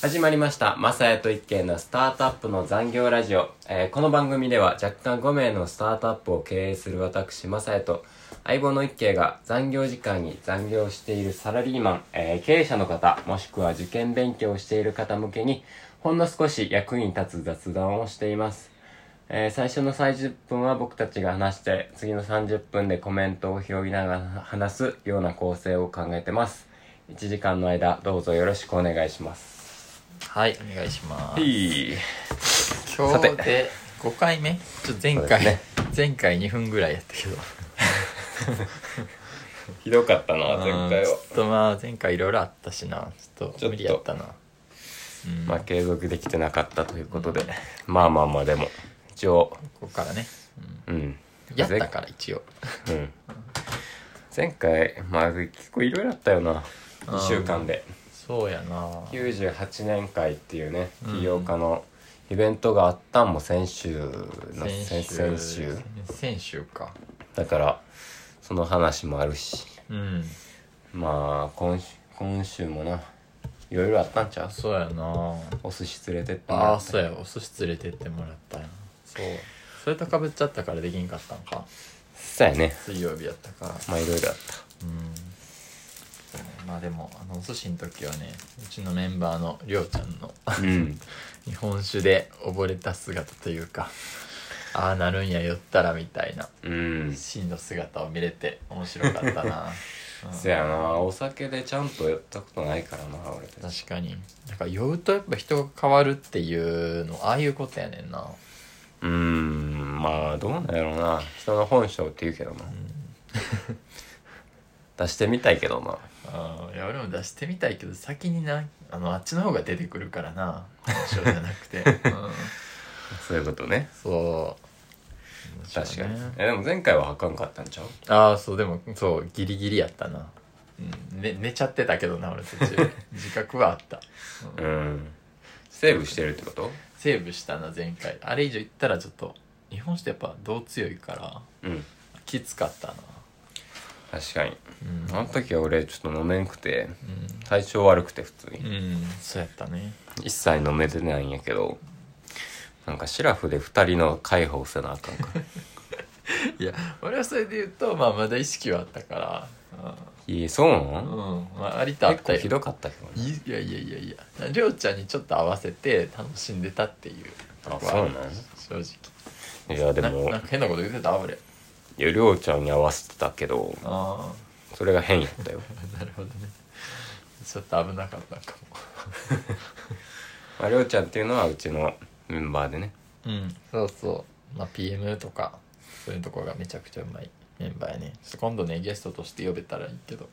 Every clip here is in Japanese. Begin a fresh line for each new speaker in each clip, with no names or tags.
始まりました。マサヤと一軒のスタートアップの残業ラジオ。えーこの番組では若干5名のスタートアップを経営する私、マサヤと相棒の一軒が残業時間に残業しているサラリーマン、えー経営者の方、もしくは受験勉強をしている方向けに、ほんの少し役に立つ雑談をしています。えー最初の30分は僕たちが話して、次の30分でコメントを拾いながら話すような構成を考えてます。1時間の間、どうぞよろしくお願いします。
はい、お願いします。
いい。
今日で5回目ちょっと前
そう
回、
です
前回2分ぐらいやったけど。
ひどかったな、前回
うんちょ
は。
っとまあ前回いろいろあったしな、ちょっと無理やったな。うん、
まあ、継続できてなかったということで。まあまあまあ、でも、一応、
ここからね。
うん。
やったから一応。
ら。うん。前回、まあ、結構いろいろあったよな。
うん
2週間で。
そうやな。
98年会っていうね、
うん
起業家のイベントがあったんも先週の、先々週。
先週か。
だから、その話もあるし。
うん。
まあ、今週、今週もな、いろいろあったんちゃう
そうやな。
お寿司連れてっても
あ
ら
あ、
った
そうや、お寿司連れてってもらったやな。そう。それとかぶっちゃったからできんかったんか。
そうやね。
水曜日やったから。
まあ、いろいろあった。
うんそうねまあでもあのお寿司の時はねうちのメンバーのりょうちゃんの
うん、
日本酒で溺れた姿というかああなるんや酔ったらみたいな
うん、
真の姿を見れて面白かったな、 うん
そやなお酒でちゃんとやったことないからな俺たち
確かになんか酔うとやっぱ人が変わるっていうのああいうことやねんな
うーんまあどうなんやろうな人の本性って言うけどな、出してみたいけどな
あーいや俺も出してみたいけど先になあのあっちの方が出てくるから な本性じゃなくて、うん
そういうことね
そう
確かに、
面白いね
えでも前回はあかんかったんちゃう
ああそうでもそうギリギリやったな、うん、ね寝ちゃってたけどな 俺途中自覚はあった
うんセーブしてるってこと
セーブしたな前回あれ以上いったらちょっと日本酒ってやっぱどう強いから
うん
きつかったな
確かに
うん
あの時は俺ちょっと飲めんくて
う
体調悪くて普通に、
ん、うん、そうやったね
一切飲めてないんやけどなんかシラフで2人の介抱せなあ かんから
いや俺はそれで言うとまあまだ意識はあったから
いいそうな
うん、
の
うんまあ、ありとあっ
結
た
構
よ
ひどかったけどね
いやいやいやいやりょうちゃんにちょっと合わせて楽しんでたっていう
あそうなん
正直
いやでも
ななんか変なこと言ってた俺
いやりょうちゃんに合わせてたけど
ああ
それが変やったよ
なるほどねちょっと危なかったかも
まありょうちゃんっていうのはうちのメンバーでね
うんそうそうまあ PM とかそういうとこがめちゃくちゃうまいメンバーやねちょっと今度ねゲストとして呼べたらいいけど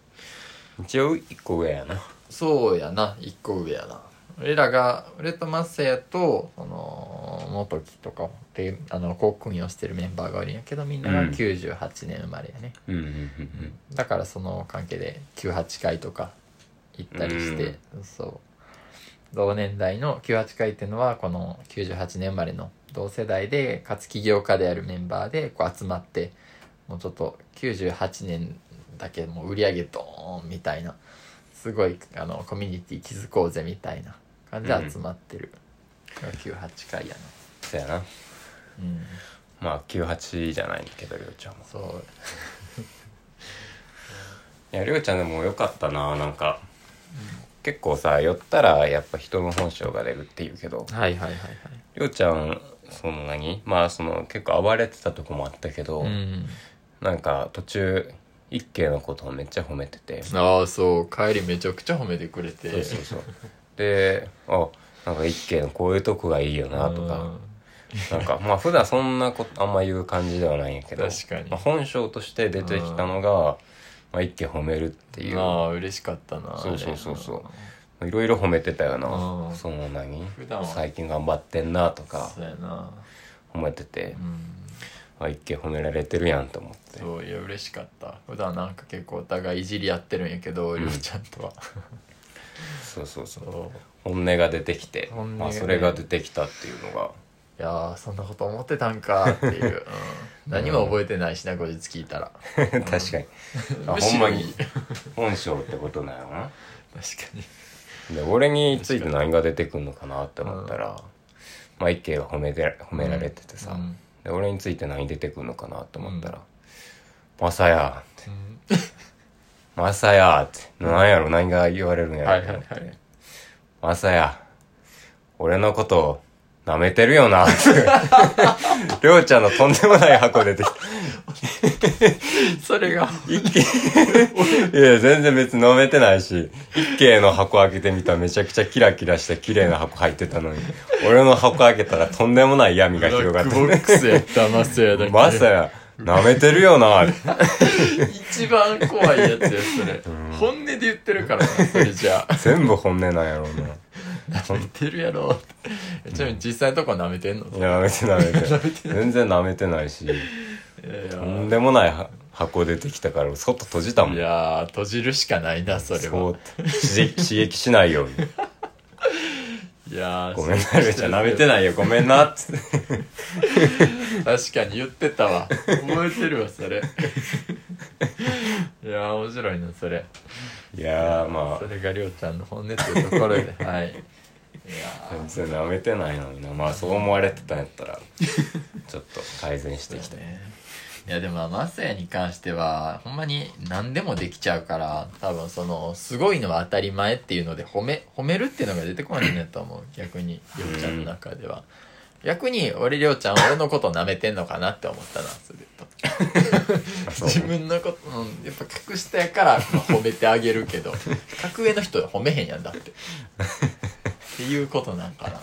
一応一個上やな
そうやな一個上やな俺らが俺とマッサヤとその元木とかってあの航空業してるメンバーがおるんやけどみんなが
うん
98年生まれやね、
うんうんうん
だからその関係で98回とか行ったりして、そう同年代の98回っていうのはこの98年生まれの同世代でかつ起業家であるメンバーでこう集まってもうちょっと98年だけもう売り上げドーンみたいなすごいあのコミュニティ築こうぜみたいな感じで集まってる、が98回や
そやな
なうん
まあ98じゃないけどりょうちゃんも
そう
いやりょうちゃんでもよかったななんか、結構さ寄ったらやっぱ人の本性が出るっていうけど
はいはいはい
りょうちゃんその何まあその結構暴れてたとこもあったけど、
はいうん
なんか途中一慶のことをめっちゃ褒めてて
ああそう帰りめちゃくちゃ褒めてくれて
そうそうそうであなんか一軒のこういうとこがいいよなとか、なんかまあ普段そんなことあんま言う感じではないんやけど
確かに
まあ、本性として出てきたのが、まあ、一軒褒めるって
うん
いう
まあ嬉しかったな
そうそうそうそう
あれ
いろいろ褒めてたよ
う
なんその何
普段は
最近頑張ってんなとか
そうやな
褒めてて
う、ん
あ一軒褒められてるやんと思って
そういや嬉しかった普段なんか結構お互いいじり合ってるんやけどりょうちゃんとは
そうそうそう
そう
本音が出てきて、
本音が
まあ、
ね
それが出てきたっていうのが
いやーそんなこと思ってたんかっていう、うん 何も覚えてないしな後日聞いたら
確かにあ
む
ほ
し
んま
ろい
に
い
本性ってことなのな
確かに
で俺について何が出てくるのかなって思ったら、まあ一慶が褒めてら褒められててさ、
うん
で俺について何出てくるのかなと思ったら「まさや」って「まさや」って何やろ何が言われるんや
は
ろ
い
と
はい
思って
はい
「まさや俺のことを舐めてるよな」って りょうちゃんのとんでもない箱出てきた
それが
一軒いや全然別に飲めてないし一軒の箱開けてみたらめちゃくちゃキラキラして綺麗な箱入ってたのに俺の箱開けたらとんでもない闇が広がって
ブラックボックスやったマサヤだけ
まさや舐めてるよな
一番怖いやつやそれ、本音で言ってるからなそれじゃあ
全部本音なんやろう
舐めてるやろってちなみに実際のとこ舐めてんの、い
な舐めて舐めて全然舐めてないし
やい
と
や
んでもないは箱出てきたから外閉じたもん
いやー閉じるしかないなそれ
そ
は
う刺激刺激しないように
いやー
ごめんなルちゃん舐めてないよごめんなっつって
確かに言ってたわ覚えてるわ それいやー面白いなそれ
いやーまあ
それがりょうちゃんの本音というところではいいやー
全然舐めてないのになまあそう思われてたんやったらちょっと改善していきたい
ねいやでもまあマサヤに関してはほんまに何でもできちゃうから多分そのすごいのは当たり前っていうので褒め褒めるっていうのが出てこないんだと思う逆にりょうちゃんの中では逆に俺りょうちゃん俺のこと舐めてんのかなって思ったなそれと
あ そう
自分のこと、うん、やっぱ格下やから、まあ褒めてあげるけど格上の人は褒めへんやんだってっていうことなんかな
だ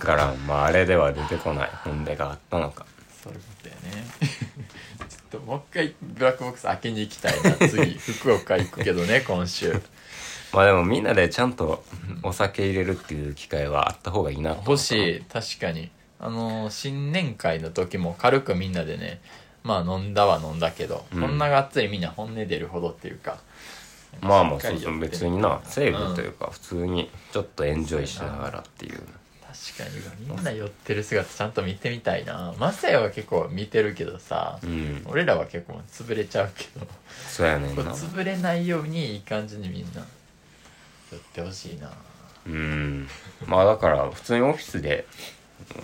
からまああれでは出てこない本音があったのか
そういうことやね ちょっともう一回ブラックボックス開けに行きたいな 次福岡行くけどね今週
まあでもみんなでちゃんとお酒入れるっていう機会はあった方がいいな
欲しい確かにあのー新年会の時も軽くみんなでねまあ飲んだは飲んだけど、
うん
こんながっつりみんな本音出るほどっていうか
まあまあ
しっか
そう
りや
そ
って
う
る
別になセーブというか普通にちょっとエンジョイしながらっていう
確かにみんな寄ってる姿ちゃんと見てみたいなマサヤは結構見てるけどさ、
うん
俺らは結構潰れちゃうけど
そうやねん
これ
な
潰れないようにいい感じにみんな寄ってほしいな
うんまあだから普通にオフィスで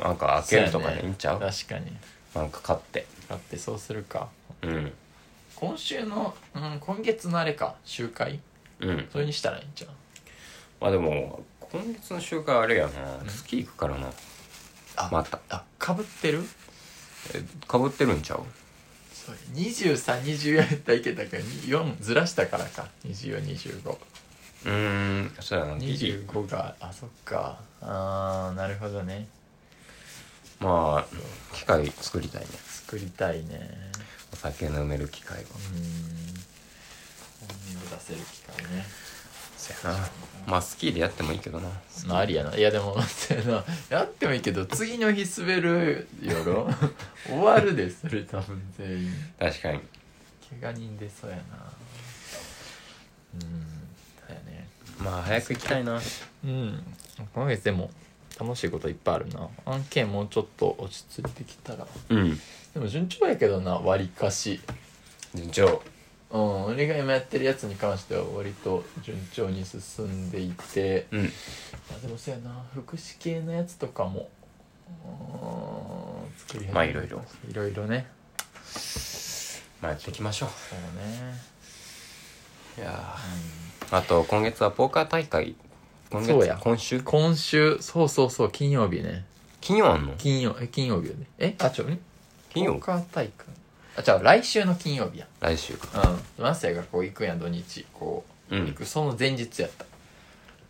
なんか開けるとか
そうや
で
ね
いいんちゃう
確かに
なんか買って
だってそうするか
うん
今週の、うん、今月のあれか集会
うん
それにしたらいいんじゃん
まあでも今月の週間あれやなスキー行くからな
あ
また
あかぶってる
かぶってるんちゃう
そう2324やったらいけたけど4ずらしたからか2425
うーんそうやなギリ
25があそっかあーなるほどね
まあ機械作りたいね
作りたいね
お酒飲める機械を
うーん本音を出せる機会ね
そやなまあスキーでやってもいいけどな
まあありやないやでもそうやなやってもいいけど次の日滑るやろ 終わるでそれ多分全員
確かに
怪我人出そうやなうんだよね
まあ早く行きたいな
うん今月でも楽しいこといっぱいあるな案件もうちょっと落ち着いてきたら
うん
でも順調やけどな割かし
順調
うん、俺が今やってるやつに関しては割と順調に進んでいて、
うん
あでもそうやな福祉系のやつとかもうん作り始めた
まあいろいろ
いろいろね
まあやっていきましょ
そうね
ういやーあと今月はポーカー大会今
そう
月
や
今週
今週そうそうそう金曜日ね
金曜あんの
金曜え金曜日よねえあちょん
金曜
ポーカー大会あじゃあ来週の金曜日や
来週か
うんマスヤがこう行くやん土日こう、
うん
行くその前日やった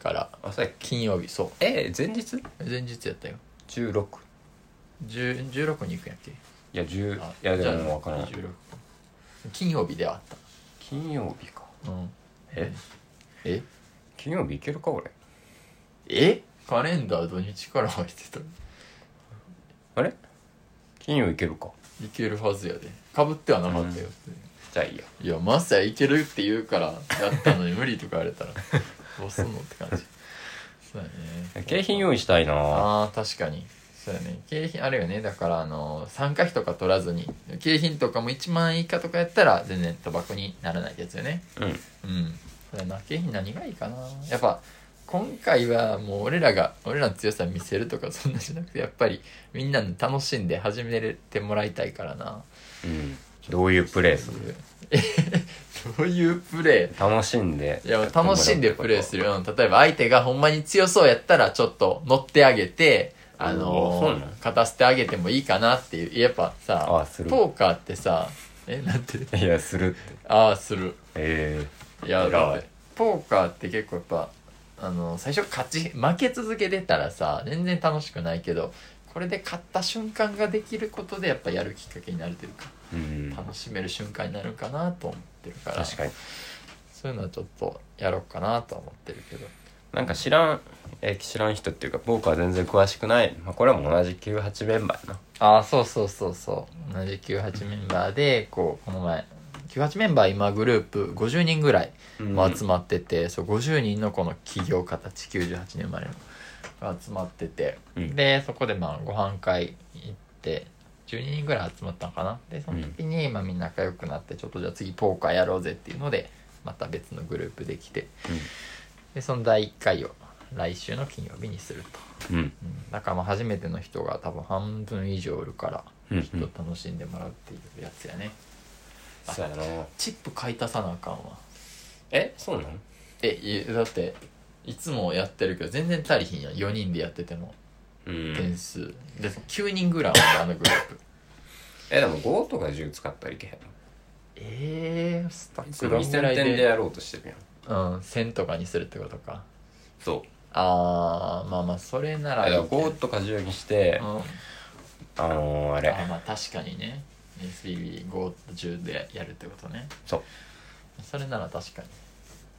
から
あそうや
金曜日そ
え前日
う前日やったよ
16
10 16に行くんやっけ
いや10
あ
いやで
じゃあ
も分からん
26金曜日ではあっ
金曜日か
た、うん、
え
え
金曜日行けるか俺
えカレンダー土日から入ってたい
あれ金曜行けるか
けるはずやでかぶってはなかったよって、
じゃあいいや
いやマサヤいけるって言うからやったのに無理とか言われたらどうすんのって感 じそうやね
景品用意したいな
ああ確かにそうやね景品あるよねだからあの参加費とか取らずに景品とかも1万円以下とかやったら全然賭博にならないやつよね
うん
うん。そうやな、景品何がいいかな。やっぱ、今回はもう俺らが俺らの強さ見せるとかそんなじゃなくてやっぱりみんなに楽しんで始めれてもらいたいからな
うん、どういうプレーす
そう
る
いうどういうプレ
楽しんで
ーいや楽しんでプレーするようん例えば相手がほんまに強そうやったらちょっと乗ってあげてあ
おーそう
の
なん
勝たせてあげてもいいかなっていうやっぱさ
あする
ポーカーってさえなんて
いやするって
ああする
え
いや
偉い
だってポーカーって結構やっぱあの最初勝ち負け続けてたらさ全然楽しくないけどこれで勝った瞬間ができることでやっぱやるきっかけになるというか
えうん
楽しめる瞬間になるかなと思ってるから
確かに
そういうのはちょっとやろうかなとは思ってるけど
なんか知らんえ知らん人っていうかポーカー全然詳しくない、まあ、これも同じ98メンバーやな
ああそうそうそうそう同じ98メンバーでこうこの前98メンバー今グループ50人ぐらいまあ集まってて、そう50人のこの起業家たち98年生まれのが集まってて、
うん
でそこでまあご飯会行って12人ぐらい集まったのかなでその時にまあみんな仲良くなってちょっとじゃあ次ポーカーやろうぜっていうのでまた別のグループできてでその第1回を来週の金曜日にする
う
と、
んうん
うん、だからまあ初めての人が多分半分以上いるから
うん
きっと楽しんでもらうっていうやつやね、
そうやな
チップ買い足さなあかんわ
えそうなの
えいだっていつもやってるけど全然足りひんやん4人でやってても
う
点
ん
数、で9人ぐらいおんのあのグループ
えでも5とか10使ったらいけへん
ええー、スタ
い
ッ
つ
クど
も
んぐら
2000
いで
点でやろうとしてるやん
うん1000とかにするってことか
そう
あーまあまあそれな
だから
いい
ら
けど
5とか10にして
うん、あ
あのー、あれ
まあ確かにね SBB5 と10でやるってことね
そう
それなら確かに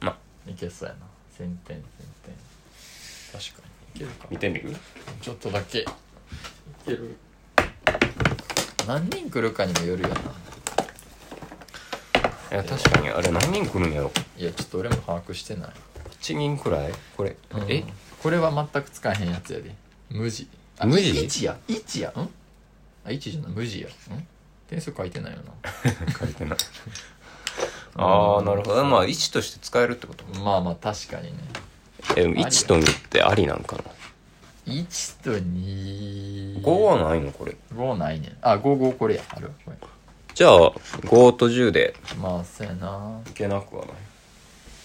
ま
いけそうやな1000点1000点確かにいけるか
見てみる
ちょっとだけいける何人来るかにもよるよない
や確かにあれ何人来るんやろ
いやちょっと俺も把握してない、
8人くらいこれ、
えこれは全く使えへんやつやで無地あ
無地
1や1やんあ1じゃない無地やん点数書いてないよな
書いてない ああなるほどま
あ
あ1として使えるってこと
まあまあ確かにね
え1と2ってありなんかな
1と2
5はないのこれ
5ないねんあ五55これやあるわこれ
じゃあ5と10で
まあそうやない
けなくはな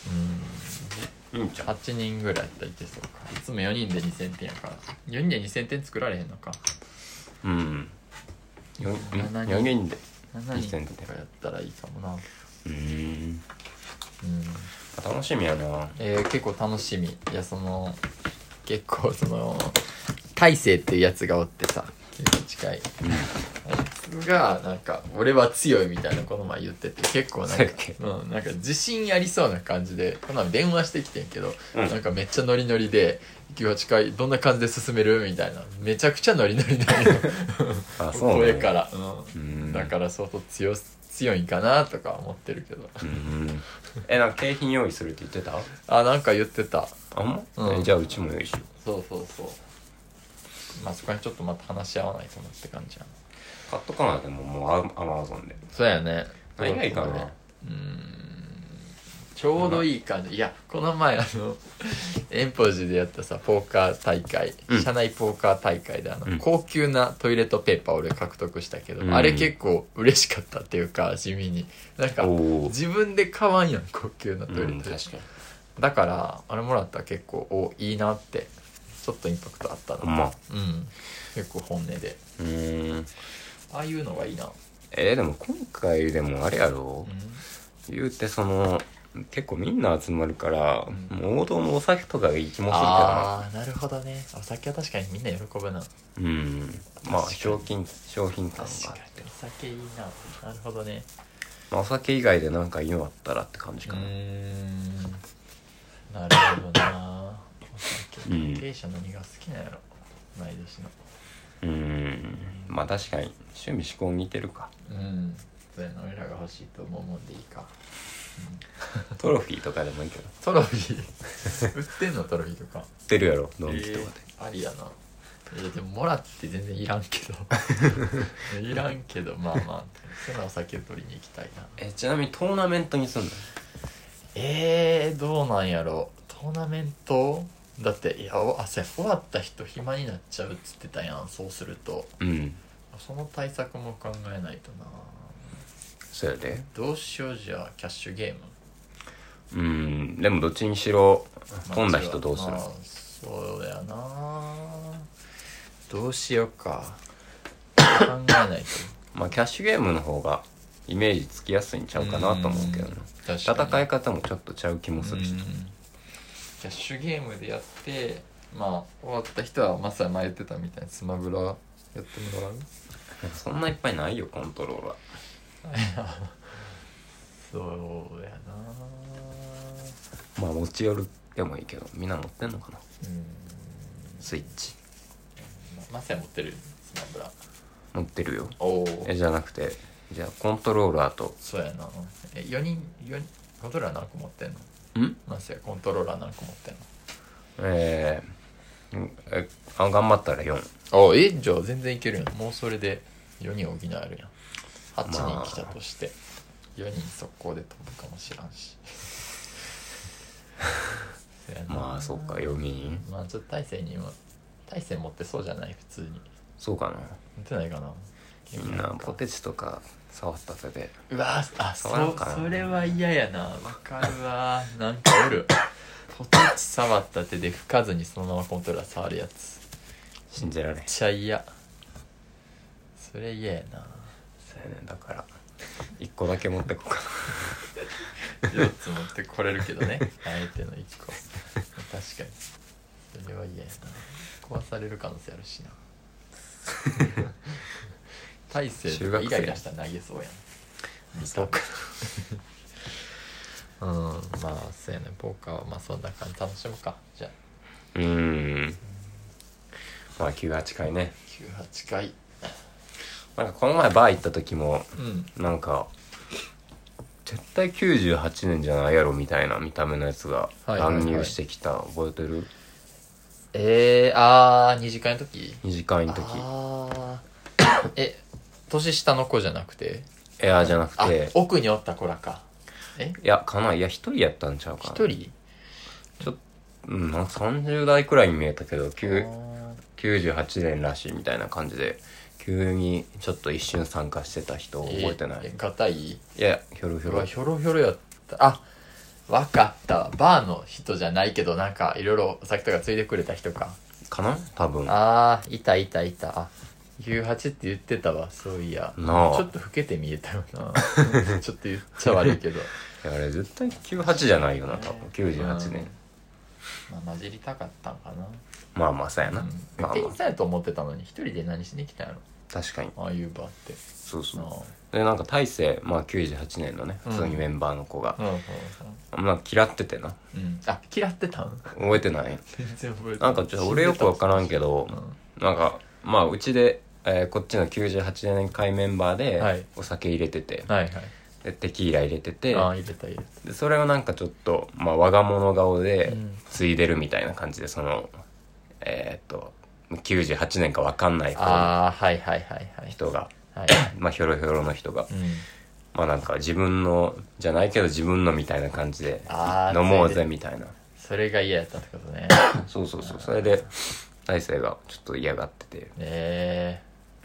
うん
いうんじん
8人ぐらいやったらいけそうかいつも4人で2000点やから4人で2000点作られへんのか
うん
7
4
人
人で
7人
2000
と
点
かやったらいいかもなうん
うん楽しみやな
えー結構楽しみいやその結構その大勢っていうやつがおってさ結構近いあいつがなんか俺は強いみたいなこの前言ってて結構なん
そ
か
うやっけ、
うん、なんか自信ありそうな感じでこの前電話してきてんけど、
うん
なんかめっちゃノリノリで「18回どんな感じで進める?」みたいなめちゃくちゃノリノリだよ
あそうなんや
声から、
う
うん
ん
だから相当強強いんかなとか思ってるけど
うんえなんか景品用意するって言ってた
あなんか言ってた
あんま、
うん
えじゃあうちも用意しよう
そうそうそうまあそこにちょっとまた話し合わないとなって感じや
買
な
っとかなでももうアアマゾンで
そうやね
何がいいかな
うーんちょうどいい感じいやこの前あの 遠方寺でやったさポーカー大会、
うん
社内ポーカー大会であの、
うん
高級なトイレットペーパーを俺獲得したけど、
うん
あれ結構嬉しかったっていうか地味になんか
おー
自分で買わんやん高級なトイレットペーパー、
かに
だからあれもらったら結構おいいなってちょっとインパクトあったな
ほんま
うん結構本音で
うーん
ああいうのがいいな、
えーでも今回でもあれやろ
う、ん、
言うてその結構みんな集まるから、
うん
もう王道のお酒とかがいい気もするか
ああなるほどねお酒は確かにみんな喜ぶ
ら
な
なうんまあ
確かに
賞金商品感が
確
あ
か
って
にお、酒いいななるほどね
まあ、お酒以外でなんかいいのあったらって感じ
うー
かな、
んなるほどなお酒
うん
経営者何が好きなんやろ同い年の
うんまあ確かに趣味嗜好似てるか
うんそうやな俺らが欲しいと思うもんでいいか
トロフィーとかでもいいけど
トロフィー売ってんのトロフィーとか
売ってるやろドンキとかで、
えーありやなえーでももらって全然いらん けどいらんけどまあまあそのお酒取りに行きたいな
えちなみにトーナメントにすんの
えー、どうなんやろトトーナメントだっていやおあせ終わった人暇になっちゃうっつってたやんそうすると
うん
その対策も考えないとな
そうやで
どうしようじゃあキャッシュゲーム
うんでもどっちにしろ混んだ人どうする
まあそうだよなどうしようか考えない
まあキャッシュゲームの方がイメージつきやすいんちゃ
と
うかなと思うけどね
うん確かに
戦い方もちょっとちゃう気もするし
うんキャッシュゲームでやってまあ終わった人はまさに前言ってたみたいにスマブラやって もらう
そんないっぱいないよコントローラー
そうやな
まあ持ち寄るでもいいけどみんな持ってんのかな
うん
スイッチ
まさに持ってるスマブラ
持ってるよ
おお
えじゃなくてじゃあコントローラーと
そうやなえ4人4人コントローラー何個持ってんの
ん
まさやコントローラー何個持ってんの
えーうんえあ頑張ったら4
あえじゃあ全然いけるやんもうそれで4人補えるやん8
まあ
人来たとして、4人速攻で飛ぶかもしら んしそやな
まあそうか4人
まあちょっと大勢にも大勢持ってそうじゃない普通に
そうかな
持ってないかな
みんなポテチとか触った手で
うわあそ
触らんかな
それは嫌やなわかるわなんか おるポテチ触った手で吹かずにそのままコントローラー触るやつ
信じられへん
めっちゃ嫌それ嫌や
そ
な
うやねんだから1個だけ持ってこうか
4つ持ってこれるけ どねあえての1個確かにそれは嫌やな壊される可能性あるしな大勢とかイライラしたら投げそうやん
そうか
うんまあそうやねポーカーはまあそんな感じ楽しむかじゃあ
なうーんまあ98回ね
98回
なんかこの前バー行った時も
うん
なんか絶対98年じゃないやろみたいな見た目のやつが
はいはいはい
乱入してきた、覚えてる
えー、ああ2次会の時
二次会の時
ああえ年下の子じゃなくて
エアーじゃなく
あ
て
奥におった子らかえ
いやかないいや一人やったんちゃうかな
一人
うんなんか30代くらいに見えたけどきゅう
あ
98年らしいみたいな感じで急にちょっと一瞬参加してた人
ー
覚えてない、
え硬い
いやひょろひ
う
ょ
わ
ろ
ひょろひょろやったあわかったバーの人じゃないけどなんかいろいろお酒とかついでくれた人か
かな多分な
あーいたいたいたあ18って言ってたわそういやちょ
あ
っと老けて見えたよなちょっと言っちゃ悪いけど
いやあれ絶対98じゃ ないよな多分98年、
まあ混じりたかったんかな
まあまあそうやな、
うん
まあ
店
ま
員さんやと思ってたのに一人で何しに来たんや
あ確かに
ろああいうバーって
そうそううでなんか大勢、まあ、98年のね
うん
普通にメンバーの子が
う、んうん
なんか嫌っててな
うんうんあ嫌ってたん
覚えてない
全然覚えて
なんかちょっと俺よく分からんけど、なんかまあうちで、えーこっちの98年会メンバー
は
で
い
お酒入れてて、
はいはい
でテキーラ入れてて
ああ入れた入れ
でそれをなんかちょっと、まあ、我が物顔で
うん
ついでるみたいな感じでそのえーっと98年か分かんない
た
子の
ああはいはいはいはい
人が、
はい
まあ、ひょろひょろの人が
うん
まあなんか自分のじゃないけど自分のみたいな感じで
あー
飲もうぜみたいな
それが嫌やったってこ とね
そうそうそうそれで大勢がちょっと嫌がってて
え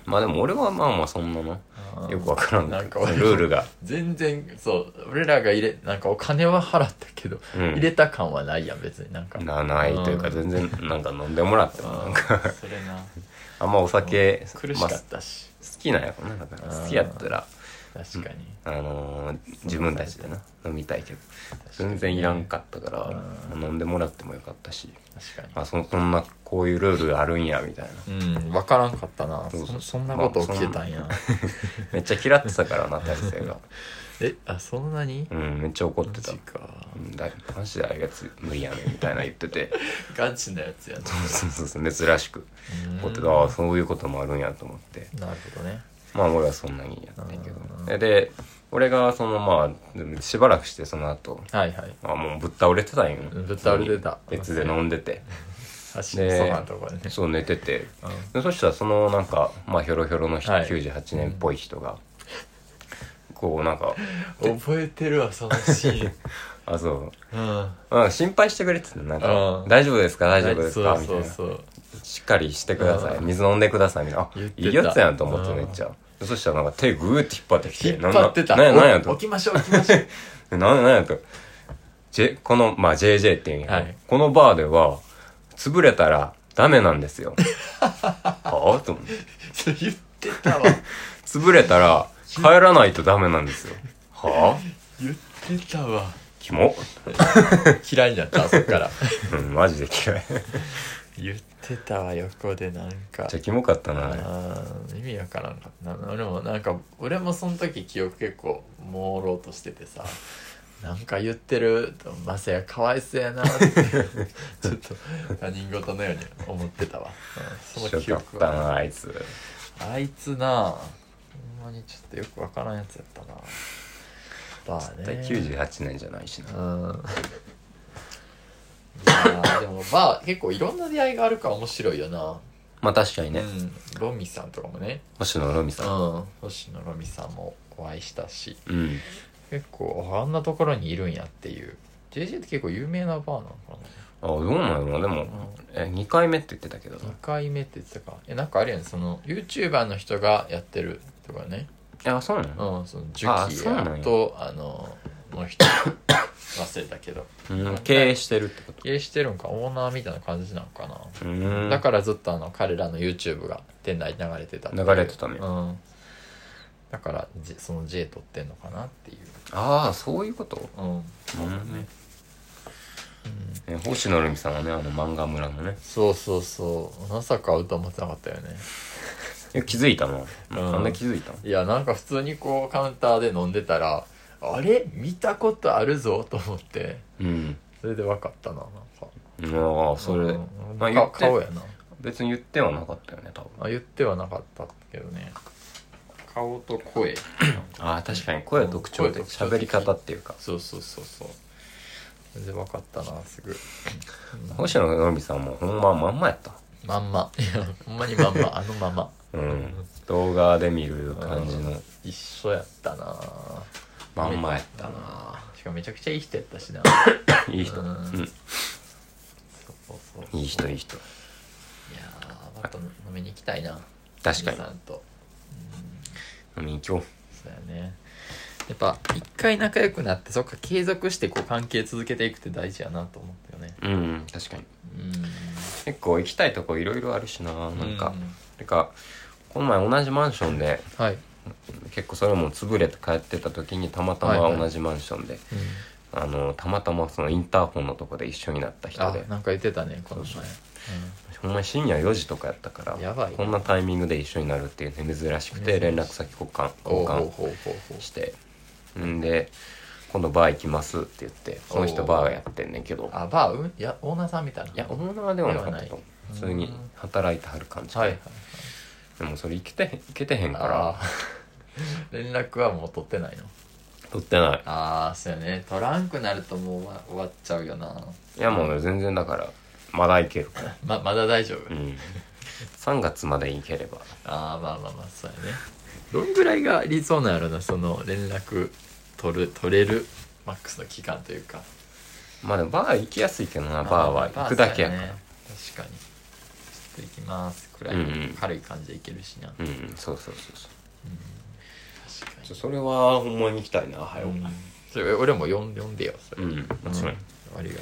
まあでも俺はまあまあそんなの
うん
よくわからん
なんか
そのルールが
全然そう俺らが入れなんかお金は払ったけど、
うん
入れた感はないやん別になんか
なないというか
う
全
ん
然なんか飲んでもらっても
あ
なんか
ーそれな
あんまお酒
苦し
まあ
かったし、
好きなんやろなだから
うん
好きやったら
確かに、
あのー自分たちでな飲みたいけど
確かに
全然いらんかったから
う
まあ飲んでもらってもよかったし
確か
あそそんなこういうルールあるんやみたいな
にうん分からんかったな
そうそう
そそんなこと起きてたんや、
めっちゃ嫌ってたからな大勢が
えあそんなに
うんめっちゃ怒ってた
マジか
うんだマジであれがつ無理やねんみたいな言って て
ガチなやつやな
そうそうそう珍しく怒ってて
うん
ああそういうこともあるんやと思って
なるほどね
まあ俺はそんなにやってんけ
うん
どで俺がそのまあしばらくしてその後
はいはい
あもうぶっ倒れてたんよ
うんぶっ倒れてた
別で飲んでて
足の
で
ソファのところね
そう寝てて
うん
でそしたらそのなんかまあひょろひょろの人
はい
98年っぽい人がこうなんか
覚えてるわそのシーン
あ、そう。
うん
うん、心配してくれてたなんか
う、ん
大丈夫ですか大丈夫ですか
そう
みた
そ
いうな。
そう
しっかりしてください。
うん
水飲んでください。みたいな。あ、
言っ
い
てた
いやつやんと思って
うん
めっちゃ。そしたらなんか手グーって引っ張ってきて。
引っ張ってた
なんやなんや
お
と。
置きましょう置きましょう
なんやなんやと。J、この、まあ JJ っていうんやけど、
はい
このバーでは、潰れたらダメなんです よ。はあと思って。
そう言ってたわ
潰れたら帰らないとダメなんですよ。はあ
言って たわ
キモ
嫌いになったそっから
うん、マジで嫌い。めっ
言ってたわ横でなんか
ちゃキモかったな、あれ
あー意味わからんかったな俺もなんか俺もその時記憶結構朦朧として てさなんか言ってるマセヤかわいそうやなって ちょっと他人事のように思ってたわ、うんその
し
記
よかっ
憶
た
は
な、あいつ。
あいつなほんまにちょっとよくわからんやつやったなバーね
絶対98年じゃないしな。
うんいやーでもバー結構いろんな出会いがあるから面白いよな、
まあ確かにね、
うん、ロミさんとかもね
星野ロミさん。
うん、星野ロミさんもお会いしたし
うん。
結構ああんなところにいるんやっていう JJ って結構有名なバーなのか
あ、どうなのでも
な、、
え、2回目って言ってたけど
うん、
な。い
2回目って言ってたかえなんかあれやねその YouTuber の人がやってるとかね
や、そうなの
うんそのジ
あ
ュキ
そうなんや
ヤとあのもう一人 忘れたけど
うん、経営してるってこと。
経営してるんかオーナーみたいな感じなのかな、
うーん。
だからずっとあの彼らの YouTube が店内に流れてたっていう
流れてたね
うんだからじその J 撮ってんのかなっていう
ああ、そういうこと
うん
うんね。え星野ロミさんはね、あの漫画村のね。
そうそうそうまさか会うと思ってなかったよね
え、気づいたの
うん
なんで気づいたの
いやなんか普通にこうカウンターで飲んでたらあれ見たことあるぞと思って
うん。
それで分かったななんか
うんああ、それ
うん、
まあ言
か
って
顔やな
別に言ってはなかったよね、多分。
あ言ってはなかったけどね顔と声
ああ、確かに声は特徴で
うん声特徴
喋り
的
方っていうか。
そうそうそうそうそれで分かったなすぐ
星野の美さんもほんままんまやった
まんまいやほんまにまんまあのまま
うん動画で見る感じの
一緒やったな
まんまやったな
なしかもめちゃくちゃいい人やったしな
いい人
うん
うん
そうそうそう
いい人いい人
いやーまた飲みに行きたいな
確か
皆さんと
に飲みに行こ
そうやねやっぱ一回仲良くなってそっか継続してこう関係続けていくって大事やなと思ったよね
ううん確かに
うん
結構行きたいとこいろいろあるしななんか
う
てかこの前同じマンションで
んはい、
結構それも潰れて帰ってた時にたまた
はい
ま
はい
同じマンションであのたまたまそのインターホンのとこで一緒になった人
あ
で
なんか言ってたねこの前
そうほんまに深夜4時とかやったから
やばいな
こんなタイミングで一緒になるっていうね珍しくて連絡先交換
う
交
ん、ほうほう
換
ほうほうほ
してんで「今度バー行きます」って言ってその人
おー
バーやってんねんけど
うあバーうんいやオーナーさんみたいない
いやオーナーではなかったと思う普
では
通
ない
に
うん
働いてはる感じ、
はいはい
でもそれ行けてへん行けてへんか
あ
ら
ー 連絡はもう取ってないの
取ってない
ああそうやね取らんくなるともうわ終わっちゃうよない
やもうね全然だからまだ行けるから
ままだ大丈 夫、
うん3月まで行ければ
ああまあまあまあそうやねどんぐらいが理想なんやろなその連絡取る取れるマックスの期間というか
まあでもバー行きやすいけどなバーは行くだけやから
バーそうやね確かにちょっと行きますくらい、
うんうん
軽い感じでいけるしな、
うんうんそうそうそうそう
確か
ちょそれはほんまに行きたいな早
に、
う
うん、それ俺も読ん読んでよそれ
うんもちろん
ありがと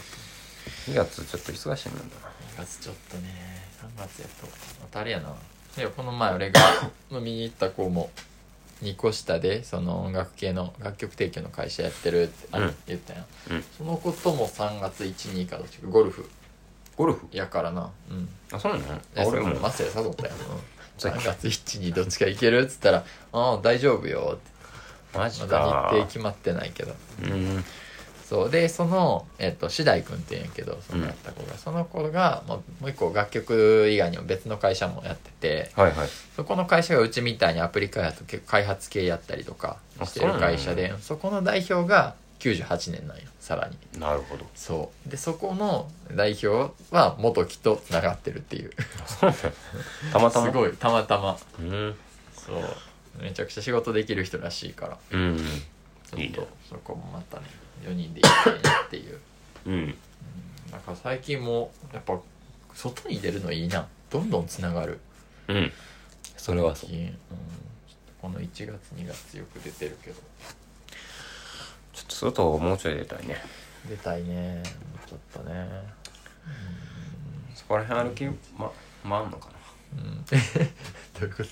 う
2月ちょっと忙しいんだな
3月ちょっとね3月やとまたあれやないやこの 前俺が飲みに行った子も2個下でその音楽系の楽曲提供の会社やってるってあ
うん
言ったやん、
うん
その子とも3月12かどっちかゴルフ
ゴルフ
やからなうん
あそうなの
え
あ俺
そ
も
のマスヤ誘ったやん、うん
そうや
3月12どっちか行けるっつったら「ああ大丈夫よ」って
マジ
まだ
か
日程決まってないけど
うん
そうでそのえっと志大君って言うんやけどそのやった子が、その子がもうもう一個楽曲以外にも別の会社もやってて
はいはい
そこの会社がうちみたいにアプリ開発結構開発系やったりとかして
あ
る
そうなんや
会社でそ,、この代表が98年なんよさらに
なるほ ど
そうでそこの代表は元木とつながってるっていう
たま
す
たます
ごいたまたま
うん
そうめちゃくちゃ仕事できる人らしいから
うん
ちょっと
いいね
そこもまたね4人で行きたいなっていう
うん
なんか最近もやっぱ外に出るのいいなどんどんつながる
うんそれは
最近、うん、ちょっとこの1月2月よく出てるけど
ちょっと外をもうちょい出たいね
出たいねちょっとね
そこら辺歩きま回んのかな
うん どういうこと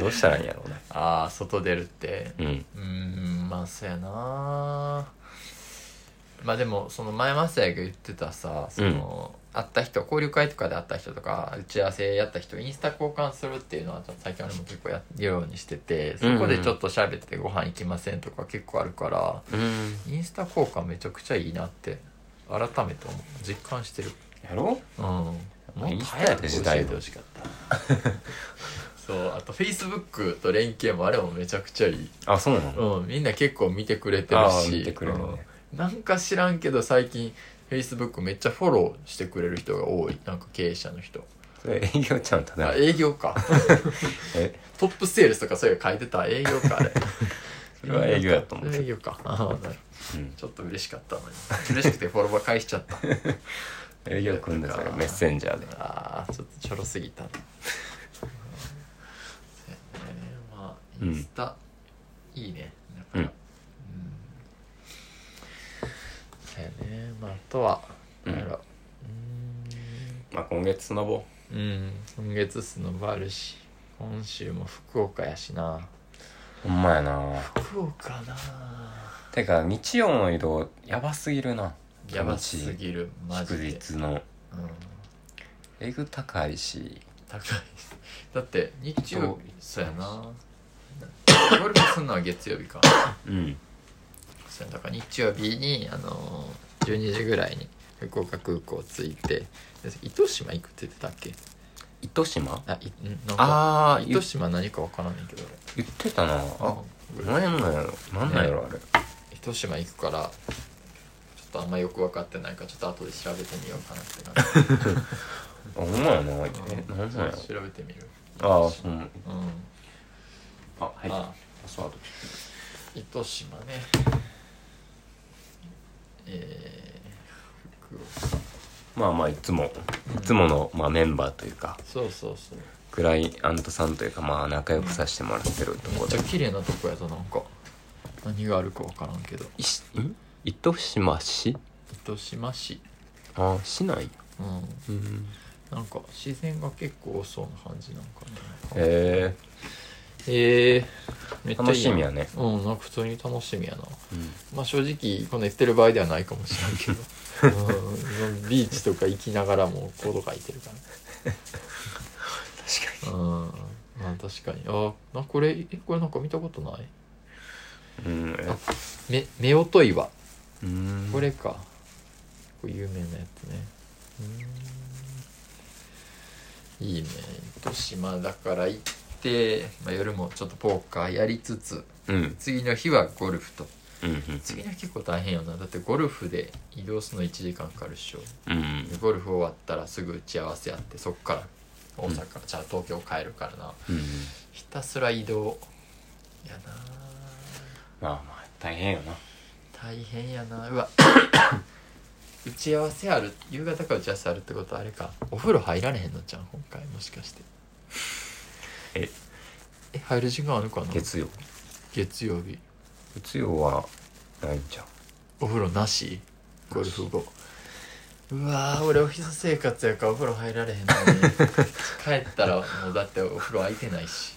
どうしたらいいんやろうね
ああ外出るって
うん
うーんまあそうやなまあでもその前マサヤが言ってたさその、会った人交流会とかで会った人とか打ち合わせやった人インスタ交換するっていうのはちょっと最近俺も結構やるようにしててそこでちょっと喋ってご飯行きませんとか結構あるから、
うん
インスタ交換めちゃくちゃいいなって改めて思う実感してる
やろ
うんもっと早く教えてほしかったそうあとフェイスブックと連携もあれもめちゃくちゃいい
あそうなの
うん、みんな結構見てくれて
あ
る
あ
し
見てくれるね
うんなんか知らんけど最近 Facebook めっちゃフォローしてくれる人が多いなんか経営者の人
それ営業ちゃんと
あ
ね
営 業か
え
トップセールスとかそういうの書いてた営業かあれ
それは営業やと思う
それ営業かああなる
うん
ちょっと嬉しかったのに嬉しくてフォロワー返しちゃった
営業組んでそれメッセンジャーで
あーちょっとちょろす ぎたねそうやねまあインスタ、いいねだから
うん
そうやねまああとは
うん
なんやろ
まあ今月スノボ
うん今月スノボあるし今週も福岡やしな
ほんまや な
福岡な
てか日曜の移動やばすぎるな
やばすぎるマ
祝
ジで、うん、
日のえぐ高いし
高いだって日曜日そうやな
そ
ゴルフすんのは月曜日か
うん
そうだから日曜日に、あのー、12時ぐらいに福岡空港着いてで糸島行くって言ってたっけ
糸島
あいんなんか
ああ
糸島何か分からないけど
言ってたなあ
俺
何やんなんやろなんなんやろあれ
糸島行くからちょっとあんまよく分かってないからちょっと後で調べてみようかなって感じ
あほんまやな えなんなんやろ
調べてみる
ああそううん
うん、
あはい
あ
パスワード
糸島ねえー、福岡
まあまあいつもいつものまあメンバーというか
そうそうそう
クライアントさんというかまあ仲良くさせてもらってると
め
ころ
っち
で
ゃ綺麗なとこやぞなんか何があるか分からんけど
いしん糸島市
糸島市
あ市内
うん
うん
なんか自然が結構多そうな感じなんかな
へ
えめ
え
っちゃいい
楽しみやね
うんなんか普通に楽しみやな
うん
まあ正直この言ってる場合ではないかもし れんけど、うん、ビーチとか行きながらもコード書いてるからうんまあ確かにあなこれえこれなんか見たことない
うんえ
め夫婦岩
うん
これかこれ有名なやつねいいね糸島だから行って、まあ、夜もちょっとポーカーやりつつ
うんうん
次の日はゴルフと
うん
次の日結構大変よなだってゴルフで移動するの1時間かかるっしょ
うん
でゴルフ終わったらすぐ打ち合わせやってそっから大阪、じゃあ東京帰るからな
うん
ひたすら移動やな
まあまあ大変よな
大変やなうわ 打ち合わせある夕方から打ち合わせあるってことはあれかお風呂入られへんのじゃん今回もしかして
え
え入る時間あるかな
月曜
月曜日
月曜はないんじゃん
お風呂なしゴルフ後うわー俺オフィス生活やからお風呂入られへんのに帰ったらもうだってお風呂空いてないし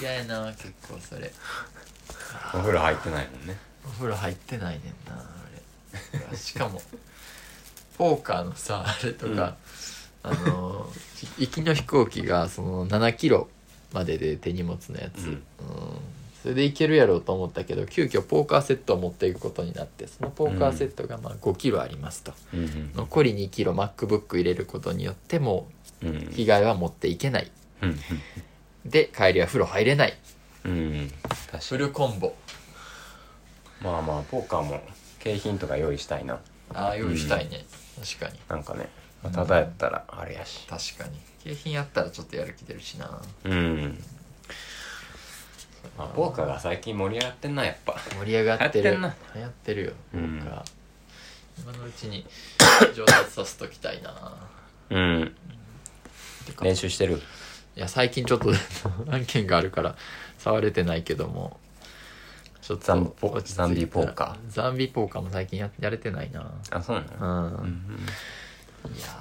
嫌やな結構それ
お風呂入ってないもんね
お風呂入ってないねんな俺 うわしかもポーカーのさあれとか、あのー行きの飛行機がその7キロまでで手荷物のやつ、
うん
うんそれで行けるやろうと思ったけど急遽ポーカーセットを持っていくことになってそのポーカーセットがまあ5キロありますと、
うんうん
残り2キロ MacBook 入れることによっても
うんう
う被害は持っていけない
ん
で帰りは風呂入れない
うん確か
フ
に
ルコンボ
まあまあポーカーも景品とか用意したいな
ああ用意したいね、確かに
なんかねまあただやったらあれやし
確かに景品あったらちょっとやる気出るしな
うん
そう
まあ、ポーカーが最近盛り上がってんなやっぱ
盛り上がってる
流行ってんな
流行ってるよ
う
なん
ん
か今のうちに上達させときたいな
うん
てか
練習してる
いや最近ちょっと 案件があるから触れてないけどもちょっと
ザンポ
落ち着い
ザ
たら
ンビポーカ
ザンビポーカーも最近ややれてないな
あそうなの
うん、
うん
いやー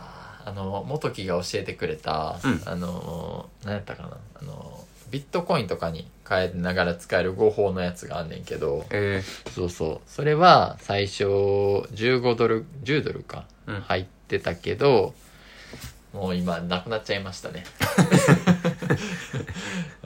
あの元木が教えてくれた、
うん
あのー何やったかなあのービットコインとかに変えながら使える誤報のやつがあんねんけど
え
そうそうそれは最初15ドル10ドルか
ー、うん
入ってたけどもう今なくなっちゃいまし たね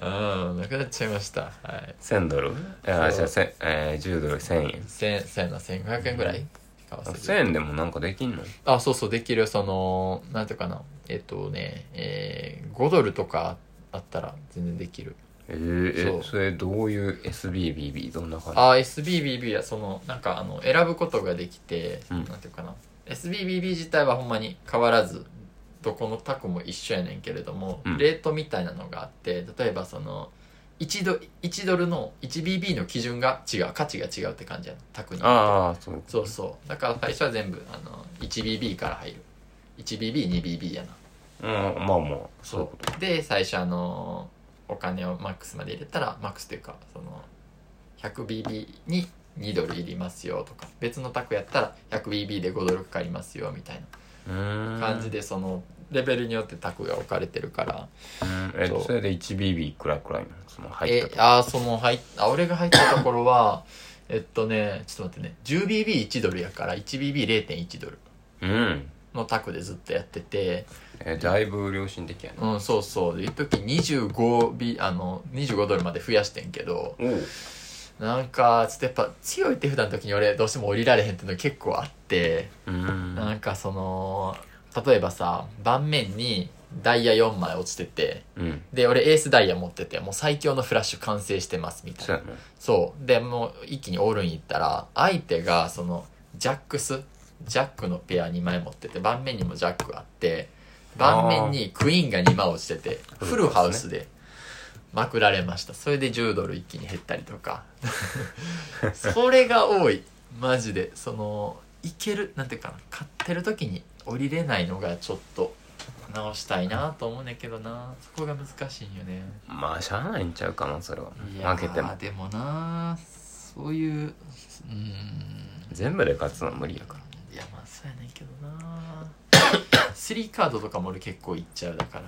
うんなくなっちゃいましたはい
1000ドルあじゃあせん、えー、10ドル1000円
千千な1500円ぐらい買わせて
1000円でもなんかできんの
あそうそうできるそのなんていうかなえっとねえー、5ドルとかあったら全然できる
えー、
そう
えそれどういう SBBB どんな感
あ SBBB はそのなんかあの選ぶことができて、
うん
なんていうかな SBBB 自体はほんまに変わらずどこのタコも一緒やねんけれども、
うん
レートみたいなのがあって例えばその 1, ド1ドルの 1BB の基準が違う価値が違うって感じやのタコに
じああそう
そうそうだから最初は全部あの 1BB から入る 1BB2BB やな
うんまあまあそういうこ
そうで最初あのお金をマックスまで入れたらマックスというかその 100BB に2ドルいりますよとか別の卓やったら 100BB で5ドルかかりますよみたい
とうー
なん感じでそのレベルによって卓が置かれてるから
うんえ
そう
それで 1BB いくらくらいなのその入った
え
と
ああその入っあ俺が入ったところは えっとねちょっと待ってね 10BB1 ドルやから 1BB0.1 ドル
うん
の卓でずっとやってて
えだいぶ良心的やな
うん、そうそう。で、一時25ビ、あの、25ドルまで増やしてんけど、
おう
なんか、ちょっとやっぱ強い手札の時に俺どうしても降りられへんっていうの結構あって、
うん
なんかその、例えばさ、盤面にダイヤ4枚落ちてて、
うん
で、俺エースダイヤ持ってて、もう最強のフラッシュ完成してますみたい
そう
な。
やな
そう。で、もう一気にオールイン行ったら、相手がその、ジャックス、ジャックのペア2枚持ってて、盤面にもジャックがあって、盤面にクイーンが2枚落ちてて、
あー
フルハウスでまくられました。それで10ドル一気に減ったりと か。それが多い。マジで。その、いける、なんていうかな、買ってる時に降りれないのがちょっと直したいなと思うねんだけどな。そこが難しいんよね。
まあしゃあないんちゃうかなそれはい
やー
負けても
でもなそういううーん
全部で勝つのは無理やから
いやまあそうやねんけどなスリー カードとかも俺結構いっちゃうだから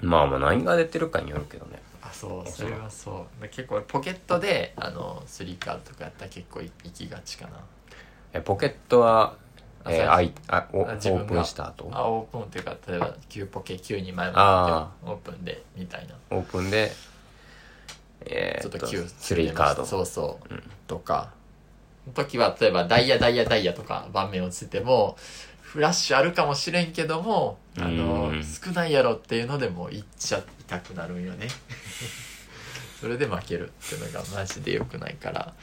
まあまあ何が出てるかによるけどね
あそうそれはそう結構俺ポケットであのスリーカードとかやったら結構い行きがちかな
えポケットはえー、
あ
あいあおオ
あ自分が
ープンした後
あオープンっていうか例えば9ポケ9に前も
あ
オープンでみたいな
オープンでえ
ちょ
ー、
っ
っと
と9
3カード
そうそう、
うん
とかの時は例えばダイヤダイヤダイヤとか盤面落ちててもフラッシュあるかもしれんけどもあの
うん
少ないやろっていうのでもういっちゃいたくなるんよね それで負けるっていうのがマジで良くないから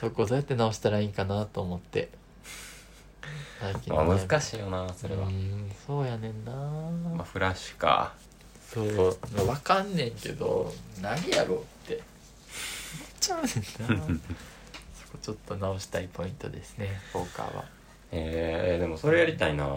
そこどうやって直したらいいんかなと思って最近
まあ
ね
難しいよなそれは、
うんそうやねんな
まあ、フラッシュか
そう分かんねんけど何やろうって思っ ちゃうねんな そこちょっと直したいポイントですねポーカーは
えー、でもそれやりたいな、
ん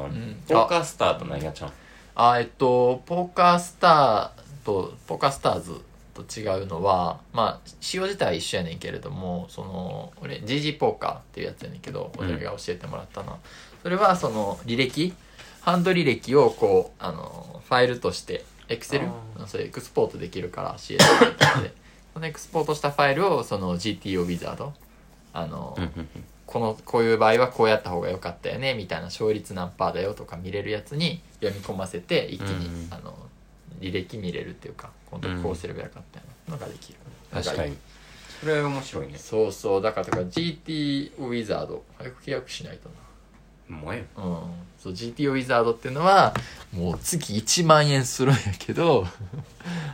ポーカースターと何がちゃん
あえっとポーカースターとポーカースターズと違うのはまあ仕様自体は一緒やねんけれどもその俺 GG ポーカーっていうやつやねんけど
うん
俺が教えてもらったのは、それはその履歴ハンド履歴をこうあのファイルとしてエクセル
あ
それエクスポートできるから CS とかでそのエクスポートしたファイルをその GTO ウィザードあの、
うんうん
このこういう場合はこうやった方が良かったよねみたいな勝率何パーだよとか見れるやつに読み込ませて一気に、
うん
あの履歴見れるっていうか今度こうすればよかったよなのができる、
うん確かにそれ面白いね
そうそうだからだから GT ウィザード早く契約しないと
もうえ
なうんそう GT ウィザードっていうのはもう月1万円するんやけど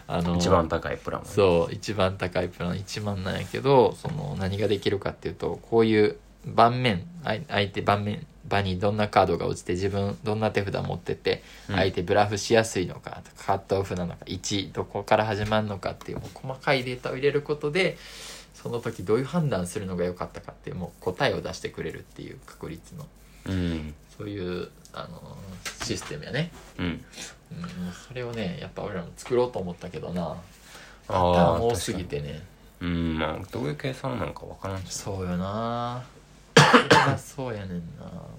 あ
え
の
一番高いプラン
そう一番高いプラン1万なんやけどその何ができるかっていうとこういう盤面あい相手盤面ば場にどんなカードが落ちて自分どんな手札持ってて
うん
相手ブラフしやすいのかとかカットオフなのか1どこから始まるのかっていうもう細かいデータを入れることでその時どういう判断するのが良かったかっていうもう答えを出してくれるっていう確率の
うん
そういうあのシステムやね、
うん
うん、それをねやっぱ俺らも作ろうと思ったけどなパタ
あー
ーン多すぎてね
うんまあどういう計算なのかわからんし
そうよなそれがそうやねんな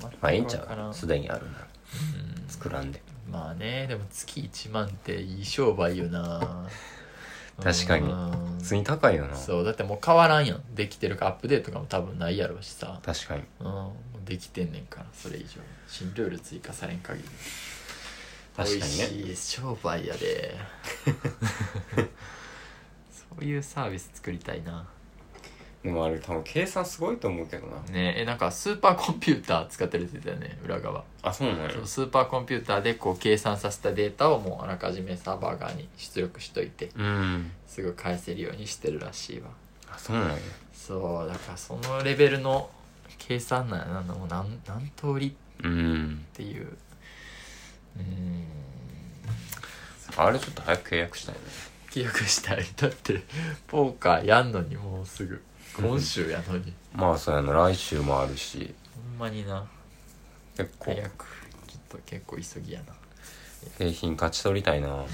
まあいいんち
わから
ゃ
ん
うすでにあるなら
うん
作らんで
まあねでも月1万っていい商売よな
確かに
うん
普通に高いよな
そうだってもう変わらんやんできてるかアップデートとかも多分ないやろうしさ、
確かに
うん、もうできてんねんからそれ以上新ルール追加されん限り
確かにね
美味しい商売や でそういうサービス作りたいな
でもあれ多分計算すごいと思うけどな
ねえなんかスーパーコンピューター使ってるって言ってたよね裏側
あそうなんや
そうスーパーコンピューターでこう計算させたデータをもうあらかじめサーバー側に出力しといて
うん
すぐ返せるようにしてるらしいわ
あそうなんや
そうだからそのレベルの計算なんやなもう何何通り
うん
っていううーん
あれちょっと早く契約したいね
記憶したいだってポーカーやんのにもうすぐ今週やのに
まあそうやな来週もあるし
ほんまにな
結構
早くちょっと結構急ぎやな
景品勝ち取りたいな
うん